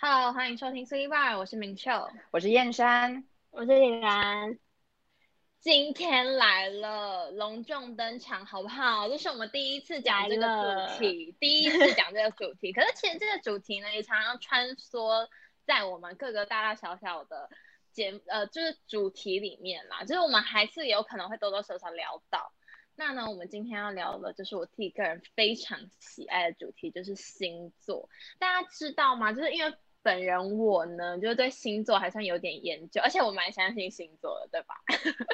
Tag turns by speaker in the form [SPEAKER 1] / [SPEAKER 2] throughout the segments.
[SPEAKER 1] Hello，欢迎收听 Three Bar，我是明秀。
[SPEAKER 2] 我是 燕山，
[SPEAKER 3] 我是李兰，
[SPEAKER 1] 今天来了，隆重登场，好不好？这是我们第一次讲这个主题，第一次讲这个主题。可是其实这个主题呢，也常常穿梭在我们各个大大小小的节呃，就是主题里面啦。就是我们还是有可能会多多少少聊到。那呢，我们今天要聊的，就是我自己个人非常喜爱的主题，就是星座。大家知道吗？就是因为本人我呢，就是对星座还算有点研究，而且我蛮相信星座的，对吧？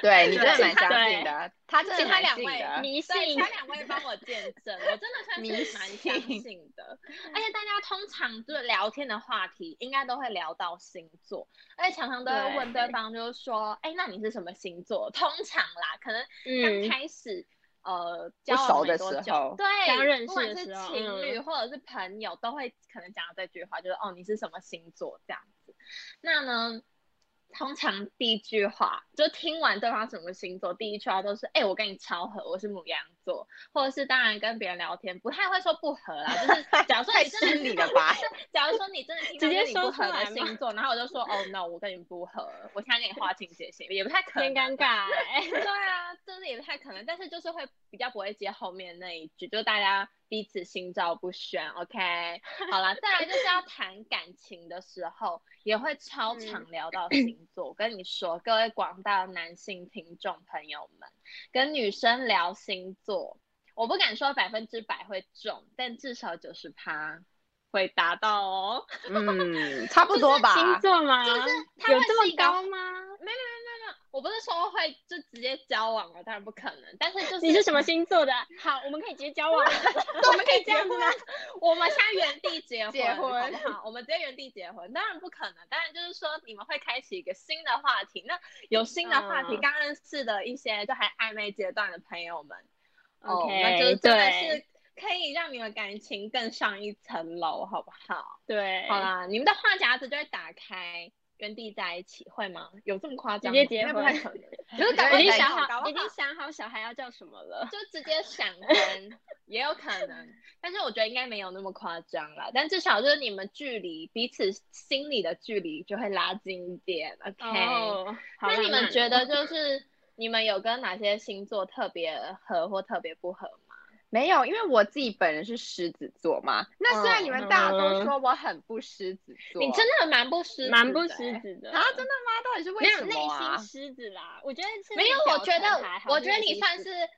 [SPEAKER 2] 对你真的
[SPEAKER 1] 对
[SPEAKER 2] 蛮
[SPEAKER 1] 其他
[SPEAKER 2] 相信的，他真
[SPEAKER 1] 其
[SPEAKER 2] 的
[SPEAKER 1] 他
[SPEAKER 2] 蛮
[SPEAKER 1] 两
[SPEAKER 2] 信
[SPEAKER 1] 位
[SPEAKER 2] 的，
[SPEAKER 3] 迷信
[SPEAKER 1] 对，其他两位帮我见证，我真的算
[SPEAKER 2] 迷
[SPEAKER 1] 是蛮相
[SPEAKER 2] 信
[SPEAKER 1] 信 的。而且大家通常就是聊天的话题，应该都会聊到星座，而且常常都会问对
[SPEAKER 2] 对
[SPEAKER 1] 方，就是说，哎，那你是什么星座？通常啦，可能刚
[SPEAKER 3] 嗯，
[SPEAKER 1] 开始、呃交
[SPEAKER 2] 熟
[SPEAKER 1] 往没
[SPEAKER 2] 的
[SPEAKER 1] 多
[SPEAKER 2] 时
[SPEAKER 1] 久
[SPEAKER 2] 候
[SPEAKER 1] 对，
[SPEAKER 3] 刚认
[SPEAKER 1] 不管
[SPEAKER 3] 识的
[SPEAKER 1] 是
[SPEAKER 3] 时候
[SPEAKER 1] 情侣或者是朋友，都会可能讲到这句话，就是哦你是什么星座这样子。那呢，通常第一句话就听完对方什么星座，第一句话都是哎、我跟你超合，我是母羊座，或者是当然跟别人聊天不太会说不合啦，就是假如说
[SPEAKER 2] 太
[SPEAKER 1] 你真的
[SPEAKER 2] 失礼了吧？
[SPEAKER 1] 假如说你真的听到
[SPEAKER 3] 直接
[SPEAKER 1] 跟你不
[SPEAKER 3] 说出
[SPEAKER 1] 合的
[SPEAKER 3] 来吗
[SPEAKER 1] 星座，然后我就 说哦 no，我跟你不合，我现在跟你划清界限，也不太可能
[SPEAKER 3] 真。尴尬欸，
[SPEAKER 1] 对啊，真的也不太可能，但是就是会比较不会接后面那一句，就大家彼此心照不宣，OK？好 啦，再来就是要谈感情的时候，也会
[SPEAKER 3] 嗯
[SPEAKER 1] 超常聊到星座。我跟你说，各位广大男性听众朋友们，跟女生聊星座，我不敢说百分之百会中，但至少九十趴会达到哦。
[SPEAKER 2] 嗯，差不多吧
[SPEAKER 3] 星。座吗？
[SPEAKER 1] 就是它
[SPEAKER 3] 有
[SPEAKER 1] 会
[SPEAKER 3] 这
[SPEAKER 1] 是一
[SPEAKER 3] 么
[SPEAKER 1] 个
[SPEAKER 3] 高吗？
[SPEAKER 1] 我不是说会就直接交往了，当然不可能，但是就是
[SPEAKER 3] 你是什么星座的？ 好，我们可以直接交往 了，
[SPEAKER 1] 我们可以这 样子吗？ 我们现在原地结婚，
[SPEAKER 2] 结婚
[SPEAKER 1] 好不好？我们直接原地结婚，当然不可能。当然就是说，你们会开启一个新的话题。那有新的话题，
[SPEAKER 3] 嗯
[SPEAKER 1] 刚认识的一些就还暧昧阶段的朋友们，哦，
[SPEAKER 3] OK，
[SPEAKER 1] 那就是真的是
[SPEAKER 3] 对
[SPEAKER 1] 可以让你们感情更上一层楼，好不好？
[SPEAKER 3] 对，
[SPEAKER 1] 好啦，你们的话匣子就会打开。原地在一起会吗？有这么夸张吗？
[SPEAKER 3] 直接结
[SPEAKER 1] 应该不
[SPEAKER 3] 婚
[SPEAKER 1] 太可能。 就是搞
[SPEAKER 2] 搞
[SPEAKER 1] 不
[SPEAKER 2] 不
[SPEAKER 3] 已
[SPEAKER 2] 好
[SPEAKER 3] 经
[SPEAKER 2] 在
[SPEAKER 3] 想
[SPEAKER 1] 搞不
[SPEAKER 3] 好，已
[SPEAKER 1] 好
[SPEAKER 3] 经想好小孩要叫什么了。
[SPEAKER 1] 就直接闪婚也有可能，但是我觉得应该没有那么夸张啦。但至少就是你们距离彼此心里的距离就会拉近一点。OK，、
[SPEAKER 3] 哦，好
[SPEAKER 1] 那
[SPEAKER 3] 浪
[SPEAKER 1] 你们
[SPEAKER 3] 漫
[SPEAKER 1] 觉
[SPEAKER 3] 哦
[SPEAKER 1] 得就是你们有跟哪些星座特别合或特别不合吗？
[SPEAKER 2] 没有，因为我自己本人是狮子座嘛。那虽然你们大家都
[SPEAKER 3] 嗯
[SPEAKER 2] 说我很不狮子座，
[SPEAKER 1] 你真的蛮不狮子的欸，
[SPEAKER 3] 蛮不狮子的
[SPEAKER 2] 啊？真的吗？到底是为
[SPEAKER 3] 没有
[SPEAKER 2] 什么啊
[SPEAKER 3] 内？心狮子啦，我觉得是
[SPEAKER 1] 欸没有，我
[SPEAKER 3] 表
[SPEAKER 1] 觉
[SPEAKER 3] 层还
[SPEAKER 1] 得，
[SPEAKER 3] 好
[SPEAKER 1] 我觉得
[SPEAKER 3] 内
[SPEAKER 1] 你
[SPEAKER 3] 心
[SPEAKER 1] 算是
[SPEAKER 3] 狮子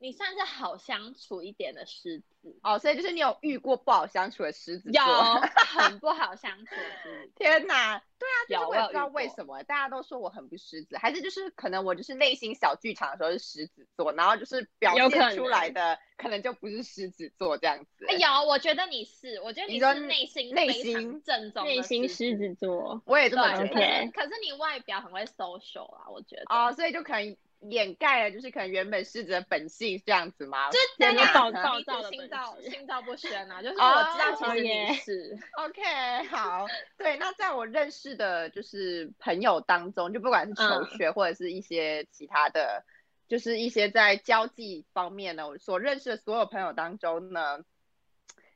[SPEAKER 1] 你算是好相处一点的狮子，
[SPEAKER 2] 哦，所以就是你有遇过不好相处的狮子
[SPEAKER 1] 有
[SPEAKER 2] 座？
[SPEAKER 1] 很不好相处的狮子。
[SPEAKER 2] 天哪，对啊，就
[SPEAKER 1] 有
[SPEAKER 2] 是我
[SPEAKER 1] 我
[SPEAKER 2] 也
[SPEAKER 1] 有
[SPEAKER 2] 不知道
[SPEAKER 1] 遇
[SPEAKER 2] 为
[SPEAKER 1] 过
[SPEAKER 2] 什么大家都说我很不狮子，还是就是可能我就是内心小剧场的时候是狮子座，然后就是表
[SPEAKER 3] 有可
[SPEAKER 2] 现出来
[SPEAKER 3] 能
[SPEAKER 2] 的可能就不是狮子座这样子。
[SPEAKER 1] 哎有，我觉得你是，我觉得
[SPEAKER 2] 你
[SPEAKER 1] 你
[SPEAKER 2] 说
[SPEAKER 1] 是内心
[SPEAKER 2] 内
[SPEAKER 1] 非常
[SPEAKER 2] 心
[SPEAKER 1] 正宗的
[SPEAKER 3] 内心
[SPEAKER 1] 狮
[SPEAKER 3] 狮子座，
[SPEAKER 2] 我也这
[SPEAKER 1] 对，
[SPEAKER 2] 么觉
[SPEAKER 3] 对
[SPEAKER 2] 得。
[SPEAKER 1] 可是
[SPEAKER 3] OK
[SPEAKER 1] 可是你外表很会 social 啊，我觉得。
[SPEAKER 2] 哦，，所以就可能掩盖了，就是可能原本狮子的本性这样子吗？
[SPEAKER 1] 就是
[SPEAKER 2] 天
[SPEAKER 1] 大
[SPEAKER 2] 哪
[SPEAKER 1] 家
[SPEAKER 3] 暴
[SPEAKER 1] 可能
[SPEAKER 3] 暴
[SPEAKER 1] 彼此
[SPEAKER 3] 躁的
[SPEAKER 1] 心
[SPEAKER 3] 本
[SPEAKER 1] 照
[SPEAKER 3] 质
[SPEAKER 1] 心照不宣 啊，就是我知道
[SPEAKER 2] 哦
[SPEAKER 1] 其实你
[SPEAKER 3] 耶
[SPEAKER 1] 是，
[SPEAKER 2] OK，好，对，那在我认识的就是朋友当中，就不管是求
[SPEAKER 1] 嗯
[SPEAKER 2] 学或者是一些其他的，就是一些在交际方面呢，我所认识的所有朋友当中呢，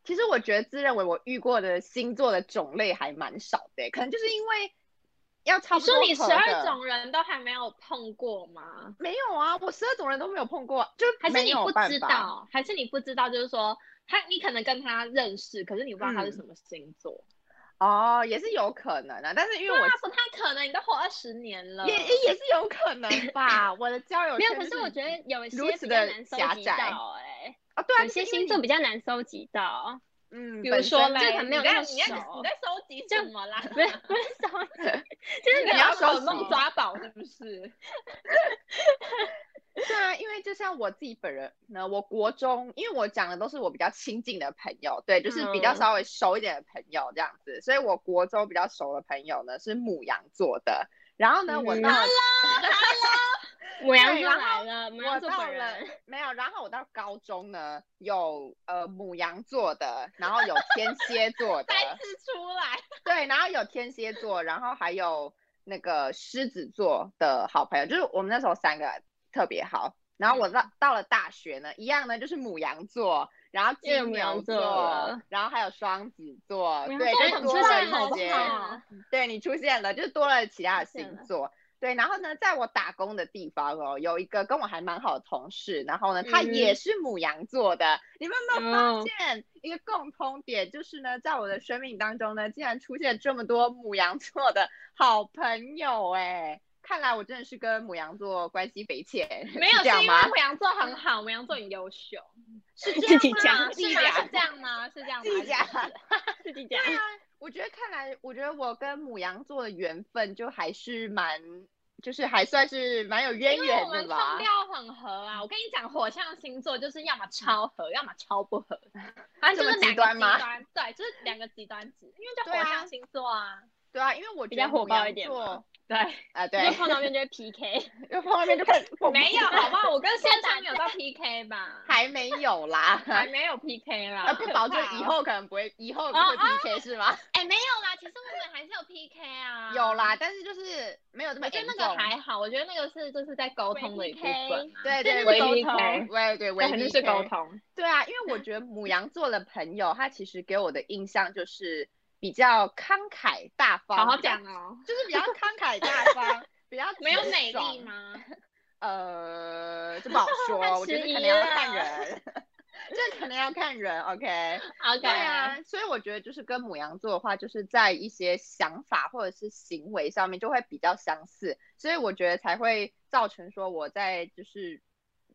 [SPEAKER 2] 其实我觉得自认为我遇过的星座的种类还蛮少的，欸可能就是因为要差
[SPEAKER 1] 你
[SPEAKER 2] 不多
[SPEAKER 1] 说你十
[SPEAKER 2] 合
[SPEAKER 1] 二
[SPEAKER 2] 的
[SPEAKER 1] 种人都还没有碰过吗？
[SPEAKER 2] 没有啊，我十二种人都没有碰过，就
[SPEAKER 1] 还是
[SPEAKER 2] 没
[SPEAKER 1] 你
[SPEAKER 2] 有
[SPEAKER 1] 不
[SPEAKER 2] 办
[SPEAKER 1] 知
[SPEAKER 2] 法。
[SPEAKER 1] 道？还是你不知道？就是说他，你可能跟他认识，可是你不知道他是
[SPEAKER 2] 嗯
[SPEAKER 1] 什么星座。
[SPEAKER 2] 哦，也是有可能啊，但是因为
[SPEAKER 1] 对
[SPEAKER 2] 我
[SPEAKER 1] 啊，不太可能，你都活二十年了。
[SPEAKER 2] 也也也是有可 能吧，我的交友
[SPEAKER 3] 呃没有，
[SPEAKER 2] 圈
[SPEAKER 3] 可
[SPEAKER 2] 就是
[SPEAKER 3] 我觉得有一些
[SPEAKER 2] 如
[SPEAKER 3] 比
[SPEAKER 2] 此
[SPEAKER 3] 较
[SPEAKER 2] 的
[SPEAKER 3] 难收
[SPEAKER 2] 狭
[SPEAKER 3] 集
[SPEAKER 2] 窄
[SPEAKER 3] 到，哎，
[SPEAKER 2] 哦，对啊，
[SPEAKER 3] 有
[SPEAKER 2] 就是
[SPEAKER 3] 些
[SPEAKER 2] 因为
[SPEAKER 3] 星座比较难收集到，
[SPEAKER 2] 嗯，
[SPEAKER 1] 比如
[SPEAKER 2] 本
[SPEAKER 1] 说
[SPEAKER 2] 身
[SPEAKER 1] 嘞，
[SPEAKER 3] 就可能没有
[SPEAKER 1] 你在
[SPEAKER 3] 那么
[SPEAKER 1] 你在
[SPEAKER 3] 熟
[SPEAKER 1] 你在收集什么啦？
[SPEAKER 3] 不是不是收集，就是
[SPEAKER 2] 你
[SPEAKER 3] 比
[SPEAKER 2] 要
[SPEAKER 3] 较
[SPEAKER 2] 收
[SPEAKER 1] 手动
[SPEAKER 2] 集
[SPEAKER 1] 抓宝是不是？
[SPEAKER 2] 对啊，因为就像我自己本人呢，我国中，因为我讲的都是我比较亲近的朋友，对，就是比较
[SPEAKER 3] 嗯
[SPEAKER 2] 稍微熟一点的朋友这样子，所以我国中比较熟的朋友呢是母羊座的，然后呢，我
[SPEAKER 3] 嗯
[SPEAKER 2] 到了
[SPEAKER 3] 母羊
[SPEAKER 2] 对
[SPEAKER 3] 座
[SPEAKER 2] 然后
[SPEAKER 3] 来了，母
[SPEAKER 2] 我
[SPEAKER 3] 羊座
[SPEAKER 2] 到
[SPEAKER 3] 本
[SPEAKER 2] 了
[SPEAKER 3] 人，
[SPEAKER 2] 没有，然后我到高中呢有呃母羊座的，然后有天蝎 座的，
[SPEAKER 1] 再次出来，
[SPEAKER 2] 对，然后有天蝎座，然后还有那个狮子座的好朋友，就是我们那时候三个特别好。然后我
[SPEAKER 3] 嗯
[SPEAKER 2] 到到了大学呢，一样呢就是母羊座，然后
[SPEAKER 3] 又有
[SPEAKER 2] 金
[SPEAKER 3] 母
[SPEAKER 2] 牛
[SPEAKER 3] 羊座
[SPEAKER 2] 座
[SPEAKER 3] 了，
[SPEAKER 2] 然后还有双子座，
[SPEAKER 3] 母羊
[SPEAKER 2] 对，就
[SPEAKER 3] 座
[SPEAKER 2] 是
[SPEAKER 3] 很
[SPEAKER 2] 多
[SPEAKER 3] 出
[SPEAKER 2] 了
[SPEAKER 3] 现
[SPEAKER 2] 一
[SPEAKER 3] 好不
[SPEAKER 2] 些，
[SPEAKER 3] 好
[SPEAKER 2] 对你出现了，就是多了其他的
[SPEAKER 3] 出现
[SPEAKER 2] 星
[SPEAKER 3] 了
[SPEAKER 2] 座。对，然后呢，在我打工的地方哦，有一个跟我还蛮好的同事，然后呢，他也是母羊座的。你们有没有发
[SPEAKER 3] 嗯哦
[SPEAKER 2] 现一个共通点？就是呢，在我的生命当中呢，竟然出现这么多母羊座的好朋友哎！看来我真的是跟母羊座关系匪浅，
[SPEAKER 1] 没
[SPEAKER 2] 是
[SPEAKER 1] 有，
[SPEAKER 2] 这样
[SPEAKER 1] 是因
[SPEAKER 2] 吗
[SPEAKER 1] 为？母羊座很好，母羊座很优 秀，
[SPEAKER 2] 是
[SPEAKER 3] 自己
[SPEAKER 1] 是
[SPEAKER 3] 讲
[SPEAKER 1] 吗？
[SPEAKER 2] 自己
[SPEAKER 1] 是吗？
[SPEAKER 2] 讲
[SPEAKER 1] 是这样吗？是这样吗？
[SPEAKER 2] 自己讲
[SPEAKER 1] 还是
[SPEAKER 3] 自己讲，
[SPEAKER 2] 对啊，我觉得看来，我觉得我跟母羊座的缘分就还是蛮，就是还算是蛮有渊
[SPEAKER 1] 因为我
[SPEAKER 2] 源的
[SPEAKER 1] 们
[SPEAKER 2] 吧
[SPEAKER 1] 冲。调很合啊！我跟你讲，火象星座就是要么超合，要么超不合，反正就是
[SPEAKER 2] 这么
[SPEAKER 1] 两
[SPEAKER 2] 极
[SPEAKER 1] 个
[SPEAKER 2] 端吗
[SPEAKER 1] 极端对，就是两个极端值，因为叫
[SPEAKER 2] 对啊
[SPEAKER 1] 火象星座啊。
[SPEAKER 2] 对啊，因为我觉
[SPEAKER 3] 比
[SPEAKER 2] 得
[SPEAKER 3] 较火
[SPEAKER 2] 母
[SPEAKER 3] 爆
[SPEAKER 2] 羊
[SPEAKER 3] 一点
[SPEAKER 2] 座
[SPEAKER 3] 嘛
[SPEAKER 1] 对，
[SPEAKER 2] 啊，
[SPEAKER 3] 因为
[SPEAKER 2] 对，
[SPEAKER 3] 碰到面就会 PK，
[SPEAKER 2] 又碰到面就开始 碰，
[SPEAKER 1] 没有，好不好？我跟先生没有到 PK 吧，
[SPEAKER 2] 还没有 啦。
[SPEAKER 1] 还没有 PK 啦。
[SPEAKER 2] 呃，不保 证
[SPEAKER 1] 可怕哦
[SPEAKER 2] 以后可能不会，以后不
[SPEAKER 1] 啊哦
[SPEAKER 2] 会 PK 是吗？
[SPEAKER 1] 哎，没有啦，其实我们还是有 PK 啊。
[SPEAKER 2] 有啦，，但是就是没有这么
[SPEAKER 1] 我觉
[SPEAKER 2] 严
[SPEAKER 1] 得
[SPEAKER 2] 重
[SPEAKER 1] 那。个还好，我觉得那个是就是在沟通的一部分。
[SPEAKER 2] 对对
[SPEAKER 3] 真的
[SPEAKER 2] 对
[SPEAKER 3] 是沟
[SPEAKER 1] 微
[SPEAKER 3] 通
[SPEAKER 1] PK，
[SPEAKER 2] 对对，
[SPEAKER 1] 那
[SPEAKER 2] 唯
[SPEAKER 1] 肯定
[SPEAKER 2] 一
[SPEAKER 1] 是沟
[SPEAKER 2] PK
[SPEAKER 1] 通，
[SPEAKER 2] 对啊，因为我觉得母羊座的朋友，他其实给我的印象就是比较慷慨大方，
[SPEAKER 1] 好好
[SPEAKER 2] 比较
[SPEAKER 1] 讲哦。
[SPEAKER 2] 就是比较慷慨大方，比较
[SPEAKER 1] 没有
[SPEAKER 2] 直
[SPEAKER 1] 美
[SPEAKER 2] 爽
[SPEAKER 1] 丽？吗？
[SPEAKER 2] 呃，这不好说，
[SPEAKER 3] 太
[SPEAKER 2] 我觉得
[SPEAKER 3] 迟
[SPEAKER 2] 可能
[SPEAKER 3] 疑
[SPEAKER 2] 要
[SPEAKER 3] 了
[SPEAKER 2] 看人， 这可能要看人。OK，
[SPEAKER 1] OK，
[SPEAKER 2] 对啊，所以我觉得就是跟母羊座的话，就是在一些想法或者是行为上面就会比较相似，所以我觉得才会造成说我在就是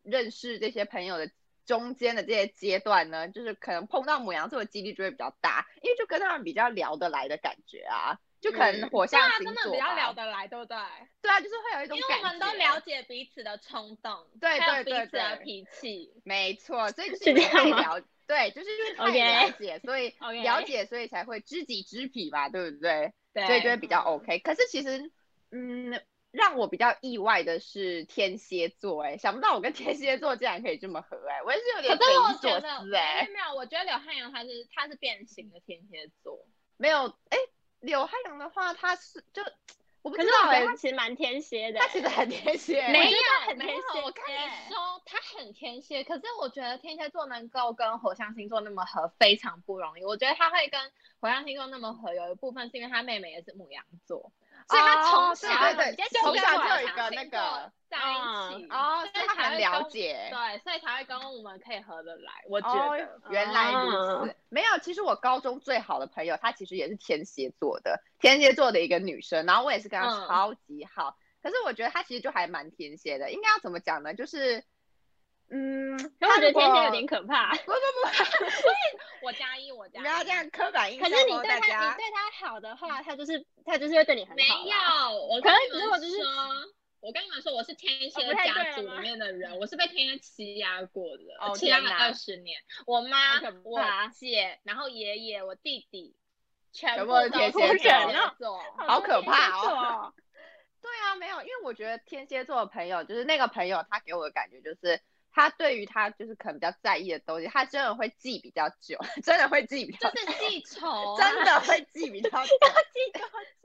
[SPEAKER 2] 认识这些朋友的。中间的这些阶段呢，就是可能碰到母羊座的几率就会比较大，因为就跟他们比较聊得来的感觉啊，就可能
[SPEAKER 1] 嗯
[SPEAKER 2] 火
[SPEAKER 1] 对
[SPEAKER 2] 象
[SPEAKER 1] 啊，
[SPEAKER 2] 星
[SPEAKER 1] 真的
[SPEAKER 2] 座、
[SPEAKER 1] 比较聊，得来，对不对？
[SPEAKER 2] 对啊，就是会有一种
[SPEAKER 1] 因为
[SPEAKER 2] 感
[SPEAKER 1] 我
[SPEAKER 2] 觉，
[SPEAKER 1] 们都了解彼此的冲动，
[SPEAKER 2] 对
[SPEAKER 1] 还有
[SPEAKER 2] 对对
[SPEAKER 1] 彼此的
[SPEAKER 2] 对
[SPEAKER 1] 脾气。
[SPEAKER 2] 没错，所以就是
[SPEAKER 3] 是
[SPEAKER 2] 因为
[SPEAKER 3] 这样
[SPEAKER 2] 太
[SPEAKER 3] 吗
[SPEAKER 2] 了， 对，就是因为太
[SPEAKER 3] OK
[SPEAKER 2] 了解，所以
[SPEAKER 3] OK
[SPEAKER 2] 了解，所以才会知己知彼嘛，对不对？
[SPEAKER 1] 对，
[SPEAKER 2] 所以就会比较 OK。可是其实，嗯，让我比较意外的是天蝎座、哎，想不到我跟天蝎座竟然可以这么合、哎，我也是有
[SPEAKER 1] 可
[SPEAKER 2] 点匪
[SPEAKER 1] 是我
[SPEAKER 2] 夷所
[SPEAKER 1] 觉得
[SPEAKER 2] 思、
[SPEAKER 1] 没
[SPEAKER 2] 哎
[SPEAKER 1] 有，没有，我觉得刘汉阳他是他是变形的天蝎 座，
[SPEAKER 2] 没有，哎、刘汉阳的话，他是就我不
[SPEAKER 3] 可
[SPEAKER 2] 知
[SPEAKER 3] 是
[SPEAKER 2] 道、
[SPEAKER 3] 我觉
[SPEAKER 2] 哎
[SPEAKER 3] 得他，其实蛮天蝎的
[SPEAKER 2] 他，其实很天蝎、哎
[SPEAKER 3] 没
[SPEAKER 1] 有
[SPEAKER 3] 很
[SPEAKER 1] 没
[SPEAKER 3] 天
[SPEAKER 1] 有，
[SPEAKER 3] 蝎
[SPEAKER 1] 我看你说他很天蝎，可是我觉得天蝎座能够跟火象星座那么合非常不容易。我觉得他会跟火象星座那么合，有一部分是因为他妹妹也是母羊座，所以他
[SPEAKER 2] 哦
[SPEAKER 1] 从
[SPEAKER 2] 对
[SPEAKER 1] 小、
[SPEAKER 2] 对对
[SPEAKER 1] 你在
[SPEAKER 2] 从
[SPEAKER 1] 七
[SPEAKER 2] 小
[SPEAKER 1] 个
[SPEAKER 2] 就有
[SPEAKER 1] 火
[SPEAKER 2] 一
[SPEAKER 1] 象
[SPEAKER 2] 个
[SPEAKER 1] 星
[SPEAKER 2] 那
[SPEAKER 1] 座
[SPEAKER 2] 个
[SPEAKER 1] 在一起
[SPEAKER 2] 哦，所以
[SPEAKER 1] 所
[SPEAKER 2] 他
[SPEAKER 1] 以才
[SPEAKER 2] 很
[SPEAKER 1] 会
[SPEAKER 2] 了
[SPEAKER 1] 跟
[SPEAKER 2] 解，
[SPEAKER 1] 对，所以才会跟我们可以合得来。我觉
[SPEAKER 2] 哦
[SPEAKER 1] 得，，
[SPEAKER 2] 原来如此。
[SPEAKER 3] 啊
[SPEAKER 2] 没有，其实我高中最好的朋友，她其实也是天蝎座的，天蝎座的一个女生，然后我也是跟她
[SPEAKER 1] 嗯
[SPEAKER 2] 超级好。可是我觉得她其实就还蛮天蝎的，应该要怎么讲呢？就是，嗯，
[SPEAKER 3] 可我
[SPEAKER 2] 她
[SPEAKER 3] 觉得
[SPEAKER 2] 如果
[SPEAKER 3] 天蝎有点可怕。
[SPEAKER 1] 我加一，我加一。
[SPEAKER 2] 不要这样刻板印
[SPEAKER 3] 可
[SPEAKER 2] 象
[SPEAKER 3] 是你
[SPEAKER 2] 哦，
[SPEAKER 3] 对
[SPEAKER 2] 大
[SPEAKER 3] 他，
[SPEAKER 2] 家
[SPEAKER 3] 你。对他好的话，他就是他就是会对你很
[SPEAKER 1] 没
[SPEAKER 3] 好啦。
[SPEAKER 1] 有，我
[SPEAKER 3] 可
[SPEAKER 1] 跟
[SPEAKER 3] 是
[SPEAKER 1] 你
[SPEAKER 3] 如
[SPEAKER 1] 们
[SPEAKER 3] 果就是
[SPEAKER 1] 说，我跟你们说，我是天
[SPEAKER 3] 哦
[SPEAKER 1] 蝎
[SPEAKER 3] 不太对
[SPEAKER 1] 家
[SPEAKER 3] 了
[SPEAKER 1] 族里
[SPEAKER 3] 吗
[SPEAKER 1] 面的人，我是被天蝎欺压过的
[SPEAKER 2] 哦，
[SPEAKER 1] 欺压
[SPEAKER 2] 天
[SPEAKER 1] 了
[SPEAKER 2] 哪
[SPEAKER 1] 二十年。我妈
[SPEAKER 2] 好可、
[SPEAKER 1] 我
[SPEAKER 2] 怕
[SPEAKER 1] 姐，然后爷爷、我弟弟，全
[SPEAKER 2] 全
[SPEAKER 1] 部
[SPEAKER 2] 部都
[SPEAKER 1] 都
[SPEAKER 2] 天
[SPEAKER 1] 是
[SPEAKER 2] 蝎
[SPEAKER 1] 天
[SPEAKER 2] 座
[SPEAKER 1] 蝎座。
[SPEAKER 2] 好可怕哦
[SPEAKER 3] 哦！
[SPEAKER 2] 对啊，没有，因为我觉得天蝎座的朋友，就是那个朋友，他给我的感觉就是，他对于他就是可能比较在意的东西，他真的会记比较久， 真的会记比较
[SPEAKER 1] 就
[SPEAKER 2] 久，
[SPEAKER 1] 是记仇、啊，
[SPEAKER 2] 真的会记比较久。
[SPEAKER 3] 记得